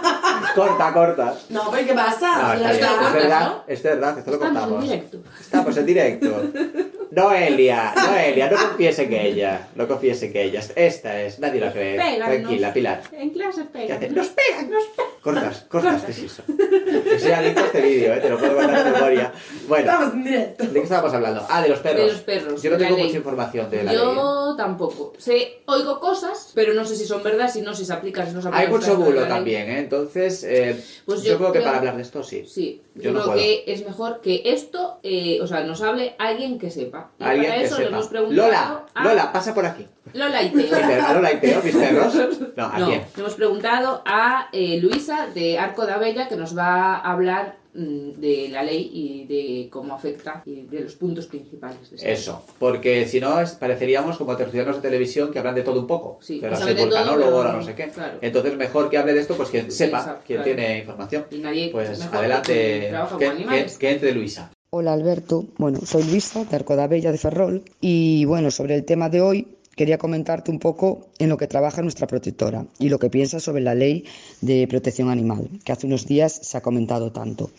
S2: corta, corta.
S1: No, pero ¿qué pasa?
S3: Ah,
S2: No,
S1: Ya
S2: Ah, está bien, pues,
S1: está.
S2: es verdad, es verdad, esto lo
S3: Estamos en
S2: contamos.
S3: directo.
S2: Estamos en directo. Noelia, Noelia, no confiese que ella, no confiese que ella. Esta es, nadie la cree.
S3: Péganos.
S2: Tranquila, Pilar.
S3: En clase
S2: ¿Qué
S3: pega.
S2: hacen? ¡Nos pegan! ¡Nos pegan! Cortas, cortas, ¿qué es eso? Que sea adicto a este vídeo, ¿eh? te lo puedo guardar en memoria. Venga, bueno,
S1: Estamos en directo.
S2: ¿de qué estábamos hablando? Ah, de los
S3: De los
S2: perros.
S3: perros.
S2: Yo no
S3: la
S2: tengo
S3: ley.
S2: mucha información de la ley.
S3: Yo tampoco. Sé, oigo cosas, pero no sé si son verdad, si no, si se aplican, si no se aplican.
S2: Hay mucho
S3: tanto la
S2: bulo
S3: ley.
S2: también, ¿eh? Entonces, eh,
S3: Pues
S2: yo,
S3: yo
S2: creo que
S3: creo-
S2: para hablar de esto sí.
S3: Sí,
S2: Yo
S3: yo
S2: no
S3: creo
S2: puedo.
S3: que es mejor que esto, eh, o sea, nos hable alguien que sepa. Y
S2: Alguien
S3: para
S2: que
S3: eso le
S2: sepa.
S3: hemos preguntado
S2: Lola,
S3: a
S2: Lola, pasa por aquí.
S3: Lola y
S2: Mi
S3: Teo.
S2: perro- A Lola y Teo, mis perros. No, ¿a
S3: No,
S2: quién?
S3: le hemos preguntado a eh, Luisa de Arco de Abella que nos va a hablar mm, de la ley y de cómo afecta y de los puntos principales. De este esta ley.
S2: Eso, porque si no es- pareceríamos como tertulianos de televisión que hablan de todo un poco.
S3: Sí,
S2: que
S3: que
S2: ahora soy
S3: saben de todo,
S2: vulcanólogo,
S3: pero
S2: ahora
S3: no,
S2: no sé qué.
S3: claro.
S2: Entonces, mejor que hable de esto, pues quien sepa,
S3: sabe,
S2: quien
S3: claro.
S2: tiene información.
S3: Y nadie
S2: Pues
S3: mejor que
S2: adelante,
S3: quien trabaja
S2: que,
S3: con animales.
S2: que- que entre Luisa.
S6: Hola Alberto, bueno, soy Luisa de Arco de Abella de Ferrol y bueno, sobre el tema de hoy quería comentarte un poco en lo que trabaja nuestra protectora y lo que piensa sobre la ley de protección animal, que hace unos días se ha comentado tanto.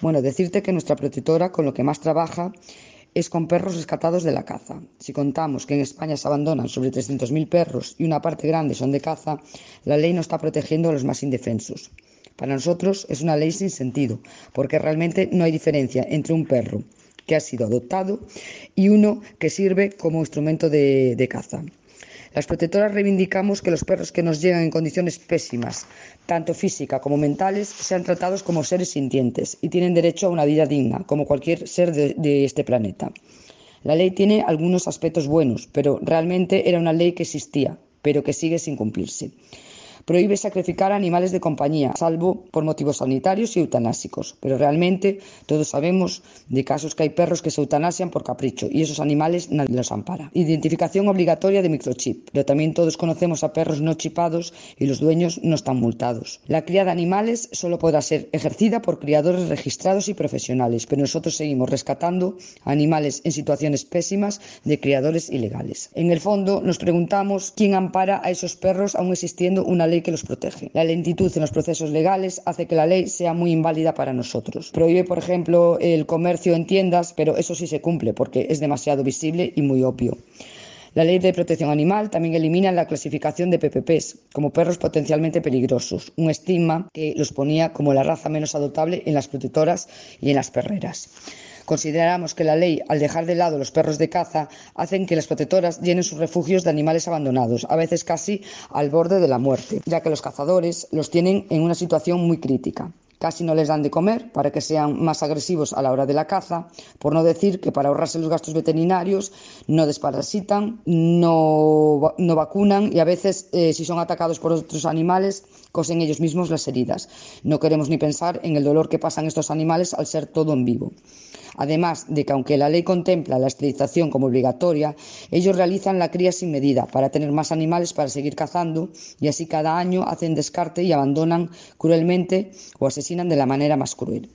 S6: Bueno, decirte que nuestra protectora con lo que más trabaja es con perros rescatados de la caza. Si contamos que en España se abandonan sobre 300.000 perros y una parte grande son de caza, la ley no está protegiendo a los más indefensos. Para nosotros es una ley sin sentido, porque realmente no hay diferencia entre un perro que ha sido adoptado y uno que sirve como instrumento de, de caza. Las protectoras reivindicamos que los perros que nos llegan en condiciones pésimas, tanto física como mentales, sean tratados como seres sintientes y tienen derecho a una vida digna, como cualquier ser de- de este planeta. La ley tiene algunos aspectos buenos, pero realmente era una ley que existía, pero que sigue sin cumplirse. Prohíbe sacrificar animales de compañía, salvo por motivos sanitarios y eutanásicos. Pero realmente todos sabemos de casos que hay perros que se eutanasian por capricho y esos animales nadie los ampara. Identificación obligatoria de microchip, pero también todos conocemos a perros no chipados y los dueños no están multados. La cría de animales solo podrá ser ejercida por criadores registrados y profesionales, pero nosotros seguimos rescatando animales en situaciones pésimas de criadores ilegales. En el fondo nos preguntamos quién ampara a esos perros aún existiendo una ley que los protege. La lentitud en los procesos legales hace que la ley sea muy inválida para nosotros. Prohíbe, por ejemplo, el comercio en tiendas, pero eso sí se cumple porque es demasiado visible y muy obvio. La ley de protección animal también elimina la clasificación de PPPs como perros potencialmente peligrosos, un estigma que los ponía como la raza menos adoptable en las protectoras y en las perreras. Consideramos que la ley, al dejar de lado los perros de caza, hacen que las protectoras llenen sus refugios de animales abandonados, a veces casi al borde de la muerte, ya que los cazadores los tienen en una situación muy crítica. Casi no les dan de comer para que sean más agresivos a la hora de la caza, por no decir que para ahorrarse los gastos veterinarios no desparasitan, no, va- no vacunan y a veces eh, si son atacados por otros animales cosen ellos mismos las heridas. No queremos ni pensar en el dolor que pasan estos animales al ser todo en vivo. Además de que aunque la ley contempla la esterilización como obligatoria, ellos realizan la cría sin medida para tener más animales para seguir cazando y así cada año hacen descarte y abandonan cruelmente o asesinan de la manera más cruel.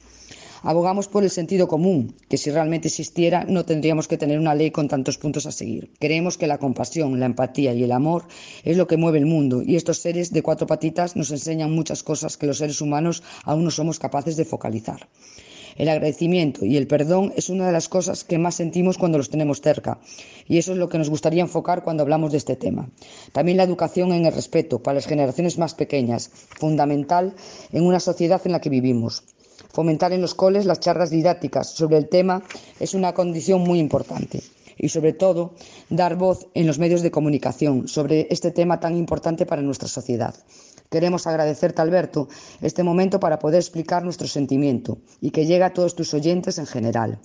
S6: Abogamos por el sentido común, que si realmente existiera no tendríamos que tener una ley con tantos puntos a seguir. Creemos que la compasión, la empatía y el amor es lo que mueve el mundo y estos seres de cuatro patitas nos enseñan muchas cosas que los seres humanos aún no somos capaces de focalizar. El agradecimiento y el perdón es una de las cosas que más sentimos cuando los tenemos cerca y eso es lo que nos gustaría enfocar cuando hablamos de este tema. También la educación en el respeto para las generaciones más pequeñas, fundamental en una sociedad en la que vivimos. Fomentar en los coles las charlas didácticas sobre el tema es una condición muy importante y sobre todo dar voz en los medios de comunicación sobre este tema tan importante para nuestra sociedad. Queremos agradecerte, Alberto, este momento para poder explicar nuestro sentimiento y que llegue a todos tus oyentes en general.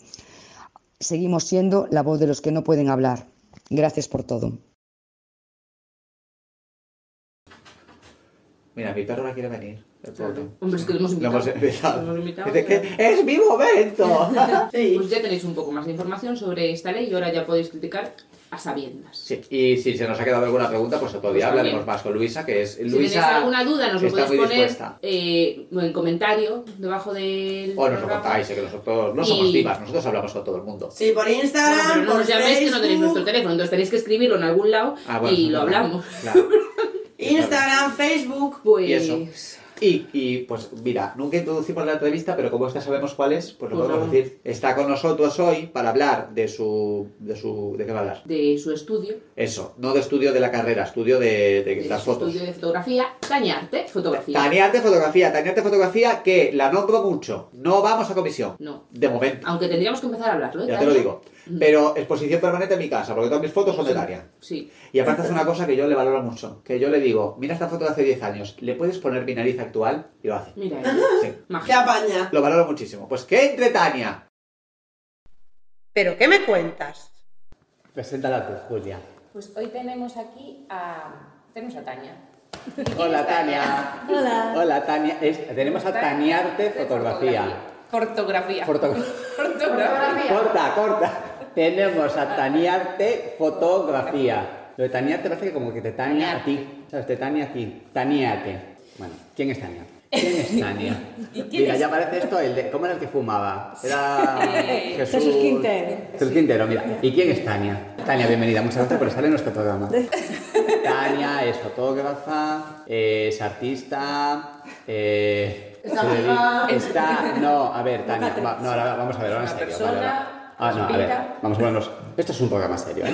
S6: Seguimos siendo la voz de los que no pueden hablar. Gracias por todo.
S2: Mira, mi perro no quiere venir. el pobre.
S3: Claro. Hombre, es que lo hemos
S2: Lo
S3: invitado.
S2: hemos invitado.
S3: Lo hemos invitado,
S2: Dice
S3: pero-
S2: que es mi momento.
S1: Sí.
S3: Pues ya tenéis un poco más de información sobre esta ley y ahora ya podéis criticar a sabiendas.
S2: Sí, y si se nos ha quedado alguna pregunta, pues otro día
S3: Pues también.
S2: hablaremos más con Luisa, que es
S3: Si tenéis
S2: Luisa.
S3: alguna duda, nos lo
S2: está muy
S3: podéis poner
S2: dispuesta.
S3: eh, en comentario debajo del.
S2: O nos lo
S3: programa.
S2: contáis, eh, que nosotros no somos
S3: Y-
S2: divas, nosotros hablamos con todo el mundo.
S1: Sí, por
S3: Bueno, pero
S1: Instagram,
S3: no
S1: por
S3: nos llaméis que no tenéis nuestro
S1: Facebook,
S3: teléfono, entonces tenéis que escribirlo en algún lado
S2: Ah, bueno,
S3: y
S2: eso
S3: lo
S2: es verdad.
S3: hablamos.
S2: Claro.
S1: Instagram, Facebook.
S3: Pues.
S2: Y eso.
S7: Y, y, pues mira, nunca introducimos la entrevista, pero como esta sabemos cuál es, pues lo
S1: Pues
S7: podemos
S1: vamos.
S7: decir. Está con nosotros hoy para hablar de su... ¿De, su, ¿de qué va a hablar?
S3: de su estudio,
S7: Eso, no de estudio de la carrera, estudio de, de
S3: de
S7: las
S3: su
S7: fotos.
S3: estudio de fotografía, Tañarte, fotografía.
S7: Taneante fotografía, taneante fotografía que la nombro mucho. No vamos a comisión.
S3: No,
S7: De momento,
S3: aunque tendríamos que empezar a hablarlo. ¿eh?
S7: ya te lo
S3: Tania?
S7: digo.
S3: Mm.
S7: Pero exposición permanente en mi casa, porque todas mis fotos son de Tania.
S3: Sí,
S7: Y aparte hace una cosa que yo le valoro mucho, que yo le digo, mira esta foto de hace 10 años, ¿le puedes poner mi nariz actual? Y lo hace.
S3: mira, ¿eh?
S7: Sí.
S1: Qué
S3: magia.
S1: apaña.
S7: Lo valoro muchísimo. Pues que entre Tania.
S8: ¿Pero qué me cuentas?
S7: Preséntala tú, Julia.
S3: Pues hoy tenemos aquí a... tenemos a Tania.
S2: Hola Tania. Hola. Hola Tania. Es- tenemos a Taniarte Fotografía.
S3: Fotografía.
S2: Fotogra-
S3: Fotografía.
S2: corta, corta. Tenemos a Taniarte Fotografía. Lo de Taniarte parece que como que te tania a ti. ¿Sabes? Te tania a ti. Taniate. Bueno, ¿quién es Tania? ¿Quién es Tania? Mira, ya parece esto el de... ¿Cómo era el que fumaba? Era Jesús...
S9: Jesús Quintero.
S2: Jesús Quintero, mira. ¿Y quién es Tania? Tania, bienvenida. Muchas gracias por estar en nuestro programa. Tania es fotógrafa, es artista, eh, se dedica- está, no, a ver, Tania, va- no, ahora vamos a ver, ahora en serio, vale, vale. Ah, no, a ver, vamos a ponernos, esto es un programa serio, ¿eh?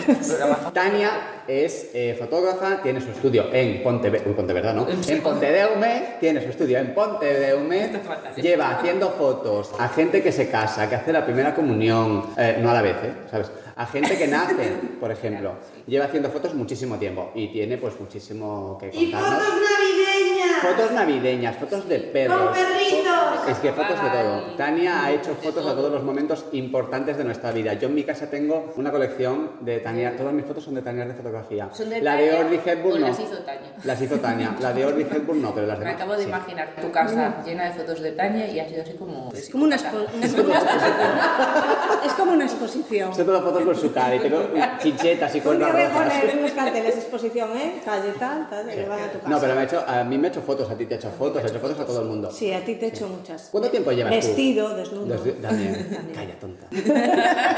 S2: Tania es eh, fotógrafa, tiene su estudio en Pontevedra, Pontevedra, ¿no? En Pontedeume, tiene su estudio en Pontedeume, lleva haciendo fotos a gente que se casa, que hace la primera comunión, eh, no a la vez, ¿eh? ¿sabes? A gente que nace, por ejemplo, lleva haciendo fotos muchísimo tiempo y tiene pues muchísimo que
S1: Y
S2: contarnos.
S1: fotos navideñas.
S2: Fotos navideñas, fotos de perros.
S1: Con perritos.
S2: Es que fotos de todo.
S3: Ay.
S2: Tania ha hecho fotos a todos los momentos importantes de nuestra vida. Yo en mi casa tengo una colección de Tania. Todas mis fotos son de Tania de fotografía.
S3: ¿Son de
S2: la de
S3: Tania
S2: Orly
S3: o
S2: Hepburn no.
S3: las hizo Tania?
S2: Las hizo Tania. La de Orly Hepburn no, pero las
S3: Me
S2: demás.
S3: acabo de
S2: sí.
S3: imaginar tu casa llena de fotos de Tania y ha sido así como...
S9: Es como una, expo- una expo- una exposición. Es como una exposición.
S2: Son todas fotos con su cara y tengo chinchetas y
S9: Un día
S2: cosas
S9: voy a
S2: rojas.
S9: poner unos carteles exposición, ¿eh? Calle tal, tal, que van a tu casa.
S2: No, pero me ha hecho, a mí me ha hecho fotos, a ti te ha hecho fotos, ha hecho fotos a todo el mundo.
S9: Sí, a ti te he hecho muchas.
S2: ¿Cuánto tiempo llevas tú?
S9: Vestido, desnudo.
S2: Desde- Daniel, calla, tonta.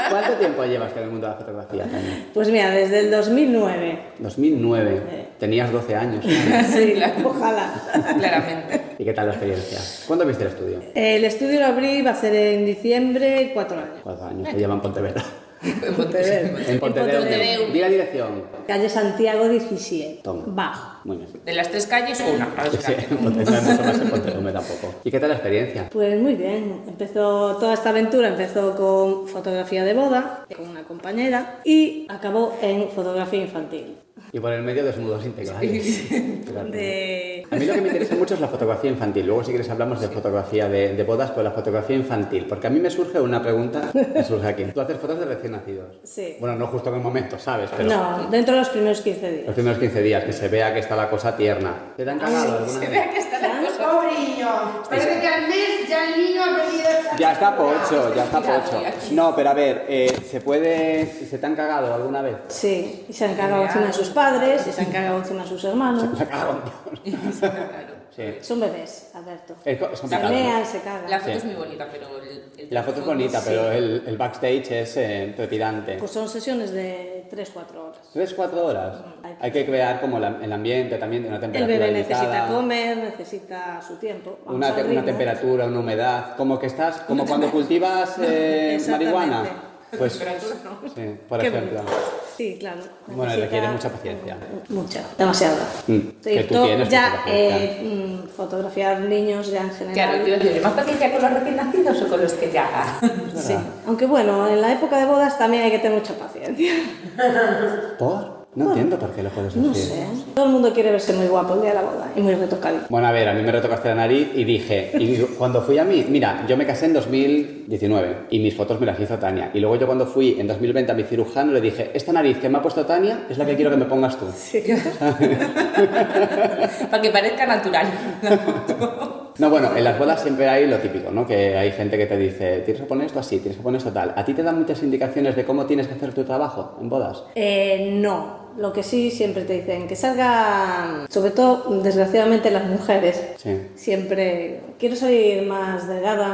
S2: ¿Cuánto tiempo llevas en el mundo de la fotografía, Tania?
S9: Pues mira, desde el 2009.
S3: Eh.
S2: 2009. Tenías 12 años.
S9: Sí,
S3: claro.
S9: ojalá.
S3: Claramente.
S2: ¿Y qué tal la experiencia? ¿Cuándo viste el estudio?
S9: El estudio lo abrí, va a ser en diciembre, cuatro años.
S2: Cuatro años. Te llaman Pontevedra.
S9: Pontevedra.
S2: En Pontevedra.
S3: Pontevedra.
S2: Di la dirección.
S9: Calle Santiago 17.
S2: Toma.
S9: Bajo.
S2: Muy bien.
S3: De las tres calles, una.
S2: Sí, en Pontevedra no más en Pontevedra tampoco. ¿Y qué tal la experiencia?
S9: Pues muy bien, empezó toda esta aventura, empezó con fotografía de boda, con una compañera, y acabó en fotografía infantil.
S2: Y por el medio desnudos integrales. Claro.
S9: De...
S2: A mí lo que me interesa mucho es la fotografía infantil. Luego, si quieres, hablamos de fotografía de, de bodas, pero la fotografía infantil. Porque a mí me surge una pregunta me surge aquí. Tú haces fotos de recién nacidos.
S9: Sí.
S2: Bueno, no justo en el momento, ¿sabes? Pero
S9: No, dentro de los primeros
S2: los
S9: 15 días.
S2: primeros 15 días, que se vea que está la cosa tierna. ¿Te te han
S9: Ah,
S2: cagado alguna vez?
S1: Pobrillo. Parece que al mes ya el niño ha venido a
S2: Ya está pocho, ya está pocho. No, pero a ver, eh, ¿se puede... ¿Se te han cagado alguna vez?
S9: Sí, y se han cagado encima de sus padres, y se han cagado encima de sus hermanos.
S2: Se cagaron. Sí.
S9: Son bebés, Alberto.
S2: Es, co- es
S9: Se
S2: complicado.
S9: mean, se cagan.
S3: La foto
S2: Sí.
S3: es muy bonita, pero el... pues, el
S2: La foto es bonita, pero el, el backstage es eh, trepidante.
S9: Pues son sesiones de 3-4 horas.
S2: ¿Tres, cuatro horas?
S9: Hay que-
S2: Hay que crear como la- el ambiente también, una
S9: El
S2: temperatura
S9: bebé necesita
S2: indicada,
S9: comer, necesita su tiempo. vamos
S2: una,
S9: al
S2: te- una
S9: ritmo.
S2: temperatura, una humedad, como que estás, como cuando cultivas eh,
S9: Exactamente.
S2: marihuana. Pues, sí, por ejemplo.
S9: Sí, claro.
S2: Bueno, requiere mucha paciencia.
S9: Mucha, demasiada.
S2: Mm,
S9: Sí,
S2: que tú
S9: to-
S2: tienes
S9: ya
S2: fotografía.
S9: eh, mm, fotografiar niños ya en general.
S3: Claro, te iba a decir, ¿más paciencia con los recién nacidos o con los que ya...?
S9: Sí. Aunque bueno, en la época de bodas también hay que tener mucha paciencia.
S2: ¿Por? No entiendo por qué lo puedes decir.
S9: No sé. Todo el mundo quiere verse muy guapo el día de la boda y muy retocado.
S2: Bueno, a ver, a mí me retocaste la nariz y dije, y digo, cuando fui a mí, mira, yo me casé en 2019 y mis fotos me las hizo Tania. Y luego yo cuando fui en 2020 a mi cirujano le dije, esta nariz que me ha puesto Tania es la que quiero que me pongas tú.
S3: Para que parezca natural.
S2: No, bueno, en las bodas siempre hay lo típico, ¿no? Que hay gente que te dice, tienes que poner esto así, tienes que poner esto tal. ¿A ti te dan muchas indicaciones de cómo tienes que hacer tu trabajo en bodas?
S9: Eh, no. Lo que sí siempre te dicen que salga, sobre todo desgraciadamente las mujeres,
S2: Sí.
S9: siempre quiero salir más delgada,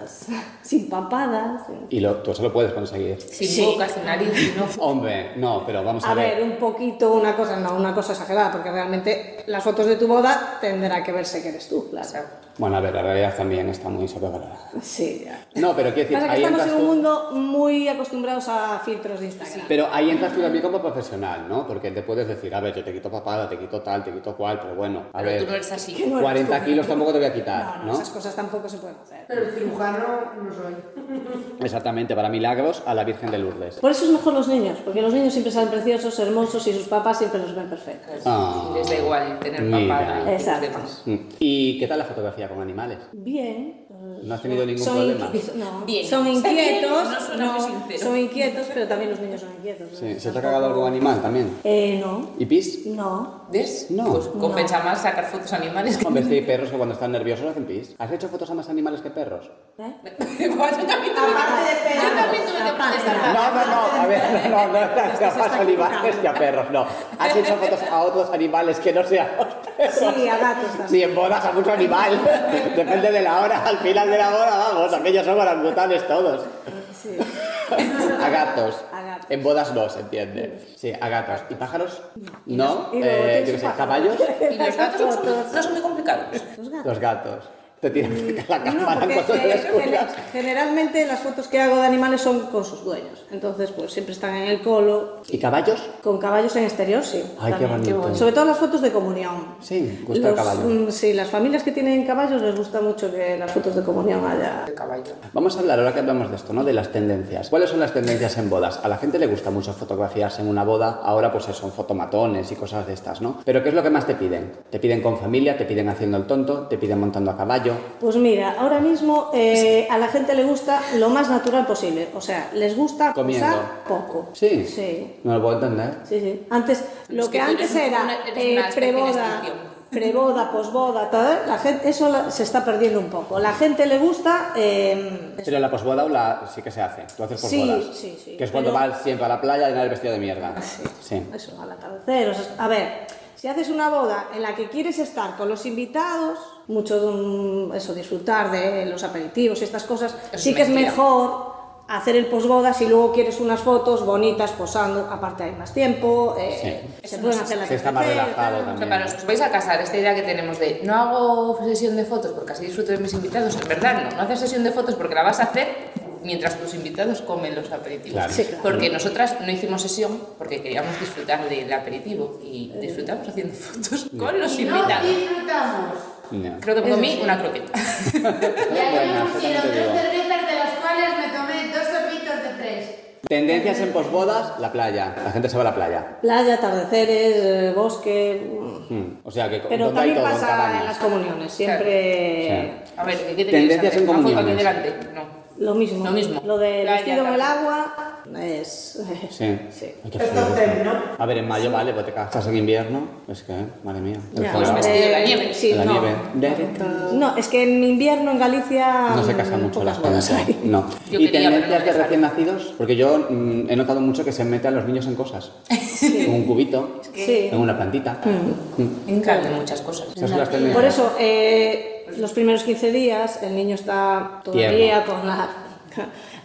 S9: más sin papadas. sin-
S2: Y lo, tú eso lo puedes conseguir.
S3: Sin
S9: Sí.
S3: boca, sin nariz, sin ojo.
S2: Hombre, no, pero vamos a,
S9: A ver, un poquito una cosa, no, una cosa exagerada, porque realmente las fotos de tu boda tendrá que verse que eres tú, claro.
S2: Bueno, a ver, la realidad también está muy sobrevalorada.
S9: Sí, ya.
S2: No, pero quiero decir,
S9: Pasa que
S2: ahí
S9: estamos
S2: entras
S9: en un
S2: tú-
S9: mundo muy acostumbrados a filtros de Instagram.
S2: Pero ahí entras tú también como profesional, ¿no? Porque te puedes decir, a ver, yo te quito papada, te quito tal, te quito cual, pero bueno, a
S3: Pero
S2: ver,
S3: tú no eres así.
S9: no eres
S2: 40
S9: tú.
S2: kilos tampoco te voy a
S9: No,
S2: quitar,
S9: no,
S2: ¿no?
S9: esas cosas tampoco se pueden hacer.
S1: Pero el cirujano no soy.
S2: Exactamente, para milagros a la Virgen de Lourdes.
S9: Por eso es mejor los niños, porque los niños siempre salen preciosos, hermosos y sus papás siempre los ven perfectos.
S2: Ah.
S3: Pues, Les da igual tener
S2: Mira.
S3: papada y los
S9: Exacto.
S3: demás.
S2: Mm. ¿Y qué tal la fotografía con animales?
S9: Bien. pues,
S2: ¿No has tenido ningún
S9: son
S2: problema?
S9: inqui- no,
S3: Bien.
S9: Son inquietos,
S3: No suena muy
S9: no,
S3: sincero.
S9: son inquietos, pero también los niños son inquietos. ¿no?
S2: Sí, ¿Se te ha
S9: Tampoco-
S2: cagado algún animal también?
S9: Eh, no,
S2: ¿Y pis?
S9: no.
S3: ¿Ves?
S2: No.
S3: Pues compensa más sacar fotos animales que...
S2: Hombre, sí, hay perros que cuando están nerviosos hacen pis. ¿Has hecho fotos a más animales que perros?
S9: ¿Eh?
S3: Bueno, Pues yo también tuve
S1: Aparte de
S3: Yo
S1: perros,
S3: también tuve que
S2: No,
S9: Ah.
S3: protestar.
S2: no, no, a ver, no, no, no, no, no, más animales que a perros, no. Has hecho fotos a otros animales que no sean los perros.
S9: Sí, a gatos también.
S2: Sí, en bodas a mucho animal. Depende de la hora, al final de la boda, vamos, aquellos son orangutanes todos.
S9: Sí.
S2: A gatos.
S9: A gatos.
S2: En bodas no, se entiende. Sí, a gatos. ¿Y pájaros? No.
S9: y luego
S2: Eh,
S9: tienes
S2: yo qué sé,
S9: pájaros.
S2: caballos.
S3: Y los gatos no son, no son muy complicados.
S9: Los gatos.
S2: Los gatos. Te tiran la
S9: No,
S2: cámara
S9: porque
S2: cuando te
S9: eh,
S2: descuidas.
S9: gene- generalmente las fotos que hago de animales son con sus dueños. Entonces, pues siempre están en el colo.
S2: ¿Y caballos?
S9: Con caballos en exterior, sí.
S2: Ay, qué
S9: también.
S2: bonito.
S9: Sobre todo las fotos de comunión.
S2: Sí, gusta el
S9: Los,
S2: caballo.
S9: mm, Sí, las familias que tienen caballos les gusta mucho que las fotos de comunión haya.
S2: Vamos a hablar ahora que hablamos de esto, ¿no? De las tendencias. ¿Cuáles son las tendencias en bodas? A la gente le gusta mucho fotografiarse en una boda. Ahora, pues son fotomatones y cosas de estas, ¿no? Pero ¿qué es lo que más te piden? Te piden con familia, te piden haciendo el tonto, te piden montando a caballo.
S9: Pues mira, ahora mismo eh, a la gente le gusta lo más natural posible. O sea, les gusta
S2: Comiendo.
S9: posar poco.
S2: Sí.
S9: Sí.
S2: No lo puedo entender.
S9: Sí, sí. Antes, lo
S3: Es
S9: que,
S3: que tú
S9: antes
S3: eres
S9: era
S3: una- eres
S9: eh,
S3: una especie en
S9: preboda,
S3: extinción.
S9: preboda, posboda, tal, la gente, eso la- se está perdiendo un poco. La gente le gusta. eh,
S2: Pero la posboda o la... sí que se hace. Tú haces
S9: Sí,
S2: posbodas.
S9: sí, sí,
S2: Que es cuando
S9: pero-
S2: vas siempre a la playa y nadie vestido de mierda. Sí.
S9: eso, al atardecer. o sea, a ver, si haces una boda en la que quieres estar con los invitados, mucho de un- eso, disfrutar de los aperitivos y estas cosas,
S3: Es
S9: sí que es
S3: mentira.
S9: mejor hacer el posboda si luego quieres unas fotos bonitas posando, aparte hay más tiempo, eh, se pueden hacer las
S2: Se está más relajado
S3: O sea,
S2: también.
S3: para los que os vais a casar, esta idea que tenemos de no hago sesión de fotos porque así disfruto de mis invitados, en verdad no, no haces sesión de fotos porque la vas a hacer mientras tus invitados comen los aperitivos.
S2: Claro. Sí, claro.
S3: Porque nosotras no hicimos sesión porque queríamos disfrutar del aperitivo y disfrutamos haciendo fotos con los
S1: Y no
S3: invitados.
S4: Disfrutamos.
S2: No.
S3: Creo que comí una croqueta.
S4: Y ahí
S2: Buenas,
S4: me
S2: también
S4: pusieron
S2: te
S4: tres
S2: digo.
S4: cervezas de las cuales me tomé dos sopitos de tres.
S2: Tendencias en posbodas, la playa. La gente se va a la playa.
S9: Playa, atardeceres, eh, bosque. mm.
S2: Mm, O sea que
S9: Pero
S2: donde hay
S9: también
S2: todo, en
S9: pasa
S2: cabañas.
S9: en las comuniones, siempre
S3: A ver, ¿qué tenéis
S2: Tendencias
S3: antes?
S2: en
S3: ¿Una foto aquí
S2: comuniones.
S3: delante? No.
S9: lo mismo.
S3: Lo mismo.
S9: del
S3: Playa,
S9: vestido en el
S3: playa.
S9: agua es.
S2: Sí.
S9: Sí.
S2: Ay, qué
S1: Es
S2: frío.
S1: top ten, ¿no?
S2: A ver, en mayo vale, porque te casas en invierno. Es que, eh, madre mía. el
S9: Ya,
S2: fuego.
S3: Los vestidos de la
S9: eh,
S3: nieve.
S9: sí,
S2: la
S9: no.
S2: nieve. Derecha.
S9: No, es que en invierno en Galicia.
S2: No se
S9: mm,
S2: casan mucho las
S9: pocas
S2: ¿eh?
S9: bodas
S2: bodas.
S9: hay.
S2: No.
S3: Yo
S2: ¿Y
S3: quería, pero no me
S2: tendencias de
S3: dejaron.
S2: recién nacidos? Porque yo mm, he notado mucho que se meten los niños en cosas. En un cubito,
S9: Sí.
S2: en una plantita. Mm.
S3: Me encantan muchas cosas.
S2: Esas son las tendencias.
S9: Por eso, eh, los primeros 15 días el niño está todavía con la.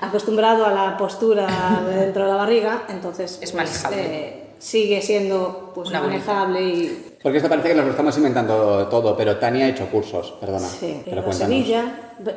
S9: acostumbrado a la postura de dentro de la barriga, entonces.
S3: Es
S9: pues,
S3: manejable.
S9: eh, sigue siendo pues,
S3: Una bonita.
S9: manejable y.
S2: Porque esto parece que nos lo estamos inventando todo, pero Tania ha hecho cursos, perdona.
S9: Sí,
S2: pero
S9: en
S2: cuéntanos.
S9: Sevilla.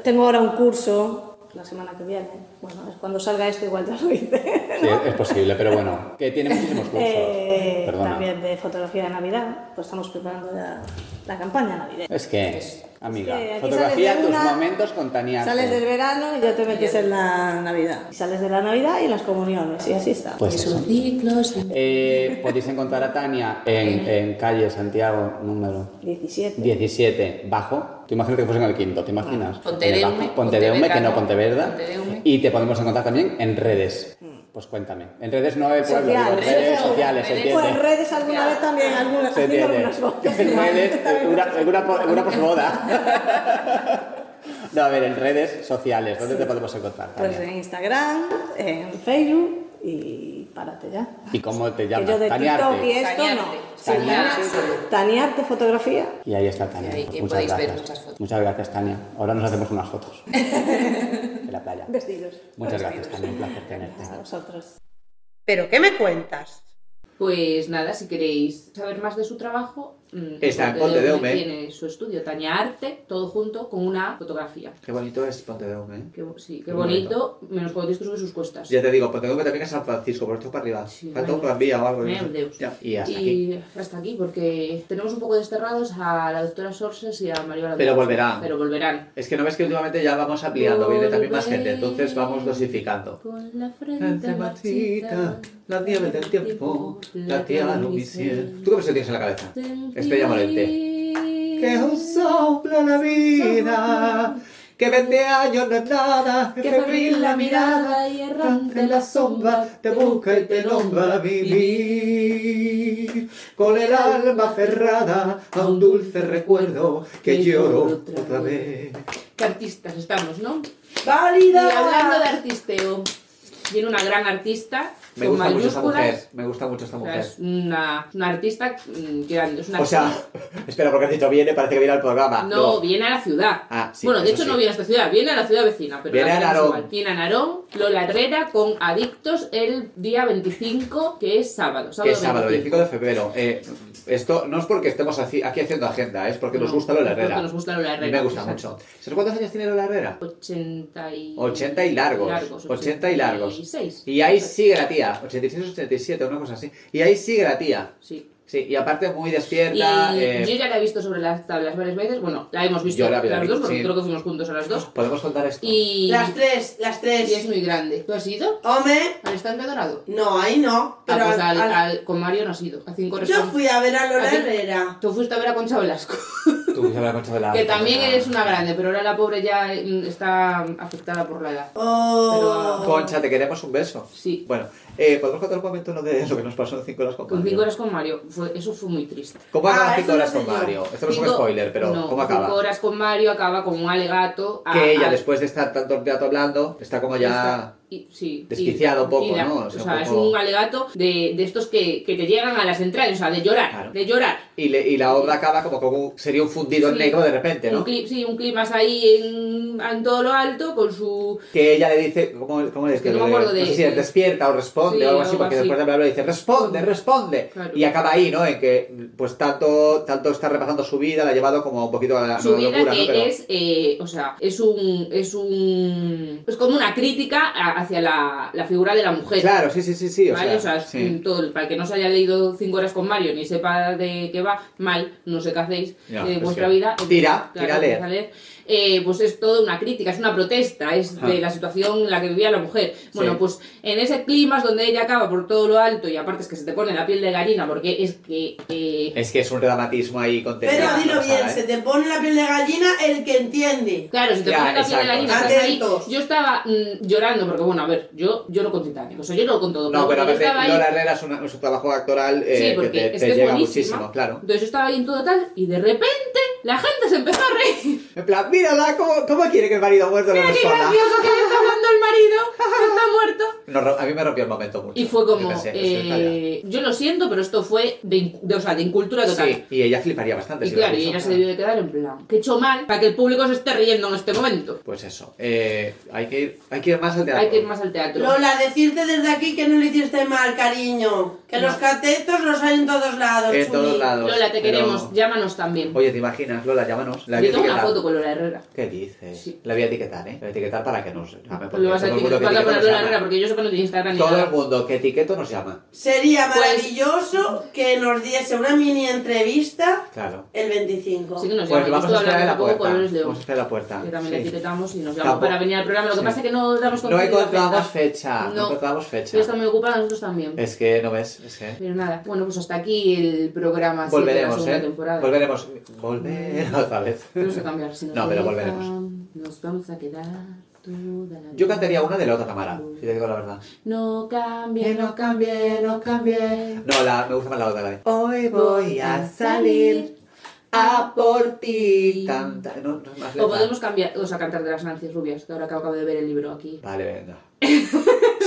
S9: Tengo ahora un curso la semana que viene. Bueno, es cuando salga esto igual ya lo hice.
S2: Sí, es posible, pero bueno, que tiene muchísimos cursos.
S9: Eh,
S2: perdona.
S9: también de fotografía de Navidad. Pues estamos preparando ya la campaña navideña.
S2: Es que, amiga,
S9: que aquí
S2: fotografía
S9: sales de
S2: tus
S9: una,
S2: momentos con Tania.
S9: Sales
S2: Arce.
S9: del verano y ya te metes en la Navidad. Y sales de la Navidad y en las comuniones y así está.
S2: Pues
S3: Es
S2: eso.
S3: un ciclo, sí.
S2: Eh, podéis encontrar a Tania en, en calle Santiago número
S9: 17.
S2: 17, bajo. Te imaginas que fuese en el quinto, ¿te imaginas?
S3: Pontedeume,
S2: En el bajo. Pontedeume, que no Ponteverda.
S3: Pontedeume.
S2: Y te podemos encontrar también en redes. Pues cuéntame. En redes no el pueblo, digo,
S9: Mm. Sociales.
S2: redes sociales, ¿se
S9: Pues en
S2: entiende?
S9: redes alguna vez también, algunas,
S2: Se
S9: haciendo
S2: entiende.
S9: algunas fotos.
S2: En redes, eh, una, una, por- una posboda. No, a ver, en redes sociales, ¿dónde te podemos encontrar?
S9: Pues
S2: Tania?
S9: en Instagram, en Facebook y párate ya.
S2: ¿Y cómo te
S9: Que
S2: llamas?
S9: yo de TikTok y
S2: Tanearte.
S9: esto no.
S3: Tanearte.
S9: Sí,
S2: Tanearte.
S9: tanearte. Tanearte fotografía.
S2: Y ahí está Tania. Pues
S3: Y ahí que
S2: Muchas
S3: podéis ver
S2: gracias.
S3: nuestras fotos.
S2: Muchas gracias, Tania. Ahora nos hacemos unas fotos. en la playa.
S3: Pues
S9: Vestidos.
S2: Muchas gracias, Tania. Un placer tenerte.
S9: A vosotros.
S8: ¿Pero qué me cuentas?
S3: Pues nada, si queréis saber más de su trabajo, mm,
S10: Está en Ponte Deume.
S3: Tiene su estudio, Tania Arte, todo junto con una fotografía.
S10: Qué bonito es Pontedeume, ¿eh?
S3: Qué, bo- sí, qué
S10: Qué
S3: bonito, menos cuando tienes que subir sus cuestas.
S10: Ya te digo, Pontedeume también es San Francisco, por esto para arriba.
S3: Sí,
S10: Falta un
S3: vale.
S10: tranvía o algo.
S3: Me
S10: no sé.
S3: Deus.
S10: Ya, Y hasta aquí.
S3: Y hasta aquí, porque tenemos un poco desterrados a la doctora Sorses y a Maribel
S10: Pero
S3: Alonso.
S10: volverán.
S3: Pero volverán.
S10: Es que no ves que últimamente ya vamos ampliando, viene también más gente, entonces vamos dosificando.
S3: Con la
S10: Gente
S3: frente
S10: marchita,
S3: marchita,
S10: la nieve del tiempo, la tierra lumiciel. ¿Tú qué versión tienes en la cabeza? Este llama el té. Que es un soplo la vida, que 20 años no es nada, que
S3: Que
S10: febril
S3: febril
S10: la mirada y errante la sombra, te busca y te nombra vivir. Con el alma aferrada a un dulce recuerdo que lloro otra vez.
S3: Qué artistas estamos, ¿no? Y
S1: ¡Válida!
S3: hablando de artisteo, viene una gran artista
S10: Me
S3: con
S10: gusta mucho esta
S3: mayúsculas.
S10: mujer, me gusta mucho esta
S3: O sea,
S10: mujer.
S3: es una, una artista mm, grande, es una
S10: O sea,
S3: actriz.
S10: espera, porque has dicho viene, parece que viene al programa.
S3: no, viene a la ciudad.
S10: Ah, sí,
S3: bueno, de
S10: eso
S3: hecho
S10: sí.
S3: no viene a esta ciudad, viene a la ciudad vecina, pero
S10: Viene
S3: la
S10: a
S3: ciudad es
S10: Narón.
S3: igual. Viene a Narón, Lola Herrera con Adictos el día 25, que es sábado.
S10: Que
S3: sábado
S10: es sábado, 25
S3: 25.
S10: de febrero. Eh, esto no es porque estemos haci- aquí haciendo agenda, es porque nos gusta Lola
S3: porque
S10: Herrera.
S3: nos gusta Lola Herrera.
S10: Me gusta
S3: exacto.
S10: mucho. ¿Sabes cuántos años tiene Lola Herrera?
S3: 80 y...
S10: 80 y largos. 80 y largos.
S3: 86.
S10: Y ahí sigue la tía, 86, 87, una cosa así. Y ahí sigue la tía.
S3: Sí.
S10: Sí, y aparte muy
S3: Y
S10: despierta. eh,
S3: yo ya la he visto sobre las tablas varias veces. Bueno, la hemos visto
S10: Yo la había
S3: las
S10: visto,
S3: dos, porque
S10: sí.
S3: creo que fuimos juntos a las dos.
S10: Podemos contar esto.
S3: Y,
S1: Las tres, las tres.
S3: y es muy grande. ¿Tú has ido
S1: Hombre,
S3: al estante dorado?
S1: no, ahí no.
S3: Ah,
S1: Pero
S3: pues
S1: al-
S3: al-
S1: al-
S3: al- con Mario no has ido. A cinco horas
S1: yo
S3: con-
S1: fui a ver a Lola
S3: ¿A ti?
S1: Herrera.
S3: Tú fuiste a ver a Concha Velasco,
S10: Tú que hablas mucho de la-
S3: que también es una grande, pero ahora la pobre ya mm, está afectada por la edad.
S1: Oh,
S3: Pero-
S10: Concha, te queremos un beso.
S3: Sí.
S10: Bueno, eh, ¿podemos contar un momento lo de lo que nos pasó en 5 horas con
S3: Con
S10: Mario?
S3: cinco horas con Mario, fue- eso fue muy triste.
S10: ¿Cómo acaban
S1: Ah,
S10: 5
S1: eso
S10: horas
S1: no
S10: con
S1: sé yo.
S10: Mario? Esto no es un
S3: Cinco-
S10: spoiler, pero
S3: no,
S10: ¿cómo acaba?
S3: Cinco horas con Mario acaba con un alegato. a-
S10: Que ella,
S3: a-
S10: después de estar tanto rato hablando, está como ya...
S3: Está- y- sí, y-
S10: desquiciado un poco,
S3: y la-
S10: ¿no?
S3: O
S10: O sea,
S3: sea,
S10: un
S3: es
S10: poco-
S3: un alegato de, de estos que, que te llegan a las entrañas, o sea, de llorar,
S10: Claro.
S3: de llorar.
S10: Y, le- y la obra acaba como como un- sería un fundido en
S3: Sí.
S10: negro de repente,
S3: Un
S10: ¿no?
S3: clip, sí, un clip más ahí en, en todo lo alto con su...
S10: Que ella le dice, ¿cómo, cómo es que
S3: No me
S10: lo-
S3: acuerdo de-
S10: no sé si es despierta o responde
S3: Sí,
S10: o algo así,
S3: algo
S10: porque
S3: así.
S10: después de hablar le dice, responde, responde.
S3: Claro.
S10: Y acaba ahí, ¿no? En que pues tanto, tanto está repasando su vida, la ha llevado como un poquito a la,
S3: Su
S10: Ah, no
S3: vida
S10: locura,
S3: que
S10: ¿no? Pero-
S3: es, eh, o sea, es un, es un, es como una crítica a- hacia la, la figura de la mujer.
S10: Claro, sí, sí, sí, sí. O
S3: pues, ¿vale?
S10: sea,
S3: O sea, es
S10: sí.
S3: un todo, el- para el que no se haya leído cinco horas con Mario ni sepa de qué va, mal, no sé qué hacéis
S10: Ya,
S3: de
S10: es
S3: vuestra
S10: que-
S3: vida. pues,
S10: Tira, tira a leer.
S3: empieza Eh, pues es toda una crítica, es una protesta, es
S10: Ajá.
S3: de la situación en la que vivía la mujer. Bueno,
S10: Ah. Sí.
S3: pues en ese clima es donde ella acaba por todo lo alto y aparte es que se te pone la piel de gallina porque es que... eh,
S10: Es que es un dramatismo ahí contenido.
S1: Pero
S10: en la
S1: dilo
S10: pasada,
S1: bien,
S10: ¿eh?
S1: se te pone la piel de gallina el que entiende.
S3: Claro, si te
S10: Ya,
S3: pones la piel de
S10: exacto.
S3: gallina, estás ahí.
S1: Atentos.
S3: Yo estaba mm, llorando porque, bueno, a ver, yo lloro con Titanic. O sea, yo lloro con todo.
S10: No,
S3: porque yo
S10: pero aparte,
S3: estaba ahí-
S10: Lola Herrera es, una- es un trabajo actoral eh,
S3: Sí,
S10: que
S3: porque
S10: te,
S3: es
S10: te
S3: que es
S10: llega
S3: buenísima.
S10: muchísimo, claro.
S3: Entonces yo estaba ahí en todo tal y de repente la gente se empezó a reír.
S10: En plan, mírala, ¿cómo, cómo quiere que el marido muerto le
S3: Mira qué
S10: responda?
S3: gracioso que le está hablando el marido, que está muerto.
S10: No, ro- a mí me rompió el momento mucho.
S3: Y fue
S10: Yo
S3: como,
S10: pensé, "Esto es calla".
S3: eh, yo lo siento, pero esto fue de, in- de- o sea, de incultura total.
S10: Sí, y ella fliparía bastante.
S3: Y
S10: si lo
S3: claro,
S10: has
S3: y
S10: dicho.
S3: ella se debió de quedar en plan, que he hecho mal para que el público se esté riendo en este momento.
S10: Pues eso, eh, hay, que ir, hay que ir más al teatro.
S3: Hay que ir más al teatro.
S1: Lola, decirte desde aquí que no le hiciste mal, cariño. Que los catetos los hay en todos lados.
S10: En
S1: chuli.
S10: todos lados.
S3: Lola, te
S10: pero-
S3: queremos, llámanos también.
S10: Oye, ¿te imaginas, Lola? Llámanos. La voy
S3: Yo
S10: a
S3: tengo una
S10: etiquetar.
S3: foto con Lola Herrera.
S10: ¿Qué dices?
S3: Sí.
S10: La voy a etiquetar, ¿eh? La voy a etiquetar para que nos llame. Ah, pues, porque
S3: Lo vas a
S10: todo el mundo
S3: etiquetar
S10: que
S3: para
S10: etiqueta
S3: poner
S10: nos
S3: Lola
S10: llama.
S3: Herrera porque yo sé que no tiene Instagram ni
S10: Todo
S3: nada.
S10: el mundo que etiqueto nos llama.
S1: Sería
S3: Pues-
S1: maravilloso que nos diese una mini entrevista
S10: Claro.
S1: el 25.
S3: Sí que nos
S10: Pues
S3: llama.
S10: vamos
S3: Yo estuve
S10: a esperar en
S3: hablando
S10: la
S3: un
S10: puerta.
S3: poco con Loles León,
S10: Vamos a esperar en la puerta.
S3: Que también
S10: Sí.
S3: la etiquetamos y nos llama
S10: Tampoco.
S3: para venir al programa. Lo que
S10: Sí.
S3: pasa es que no damos
S10: No
S3: contenido
S10: encontramos
S3: fecha.
S10: fecha. No,
S3: No.
S10: encontramos fecha.
S3: Ella está muy ocupada, nosotros también.
S10: Es que no ves, es que.
S3: Pero nada, bueno, pues hasta aquí el programa siete de la
S10: Volveremos,
S3: segunda
S10: ¿eh?
S3: temporada. Mm.
S10: Volveremos. Volver otra vez.
S3: Vamos a cambiar. Si nos
S10: No, pero
S3: dejan,
S10: volveremos.
S3: Nos vamos a quedar toda la
S10: Yo
S3: vida.
S10: cantaría una de la otra cámara, si te digo la verdad.
S3: No cambie, no
S10: cambié, no cambié. No, la, me gusta más la otra, la de. Hoy voy a salir a por ti. Tan, tan- no, no es más
S3: O
S10: letra.
S3: podemos cambiar, o sea, cantar de las Nancy Rubias, que ahora acabo de ver el libro aquí.
S10: Vale, venga.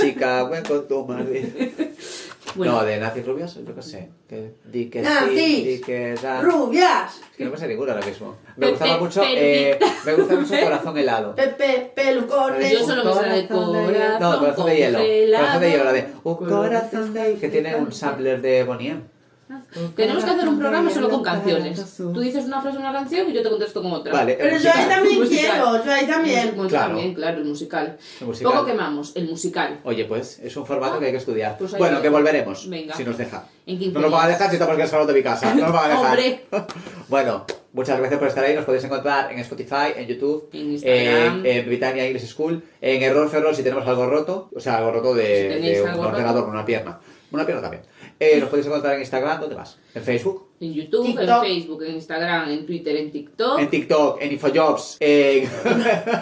S10: Chica, ven con tu madre.
S3: Bueno.
S10: No, de Nancy Rubias, yo qué sé. Que, di que
S1: Nancy
S10: sí, di que da.
S1: Rubias.
S10: Es que no me sé ninguna ahora mismo. Me
S3: Pepe,
S10: gustaba mucho,
S3: Pepe.
S10: eh, me gusta mucho Corazón helado.
S1: Pepe, pelucones.
S3: Yo solo me sé la de corazón.
S10: No, corazón de hielo.
S3: congelado.
S10: Corazón de hielo, la de un corazón de que tiene un sampler de Boniem.
S3: Tenemos que hacer un programa solo con canciones. Tú dices una frase, una canción y yo te contesto con otra.
S10: Vale,
S1: Pero
S10: es
S1: yo ahí
S10: musical.
S1: también
S3: Musical.
S1: quiero, yo ahí también.
S3: Bueno,
S10: Claro.
S3: También, claro, el musical.
S10: El musical.
S3: Poco quemamos, el musical.
S10: Oye, pues es un formato que hay que estudiar.
S3: Pues ahí
S10: bueno,
S3: va.
S10: que volveremos.
S3: Venga.
S10: Si nos deja.
S3: En 15
S10: No nos van a
S3: días.
S10: dejar si estamos en el salón de mi casa. No nos van a dejar.
S3: Hombre.
S10: bueno, muchas gracias por estar ahí. Nos podéis encontrar en Spotify, en YouTube, eh,
S3: En Instagram.
S10: en, en Britannia English School, en Error Ferrol si tenemos algo roto. O sea, algo roto
S3: Si
S10: de,
S3: tenéis
S10: de un
S3: algo roto.
S10: ordenador, una pierna. Una pierna también. Eh, nos podéis encontrar en Instagram, ¿dónde más? En Facebook,
S3: En YouTube,
S1: TikTok.
S3: en Facebook, en Instagram, en Twitter, en TikTok.
S10: en TikTok, en Infojobs, en,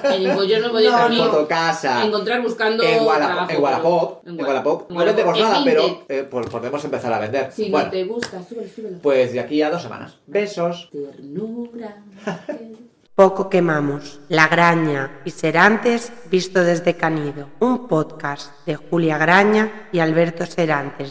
S3: En Infojobs no podéis
S1: No,
S3: también
S1: no.
S10: Fotocasa.
S3: encontrar buscando
S10: en
S3: trabajo,
S10: Wallapop, en
S3: pero-
S10: Wallapop,
S3: en
S10: en Wallapop. No
S3: Wallapop.
S10: vendemos
S3: En
S10: nada, pero
S3: Vinted.
S10: eh, pues podemos empezar a vender.
S3: Si
S10: bueno,
S3: no te gusta, súbelo, súbelo.
S10: pues de aquí a dos semanas. Besos.
S3: Ternura.
S8: Poco quemamos. La Graña y Serantes visto desde Canido. Un podcast de Julia Graña y Alberto Serantes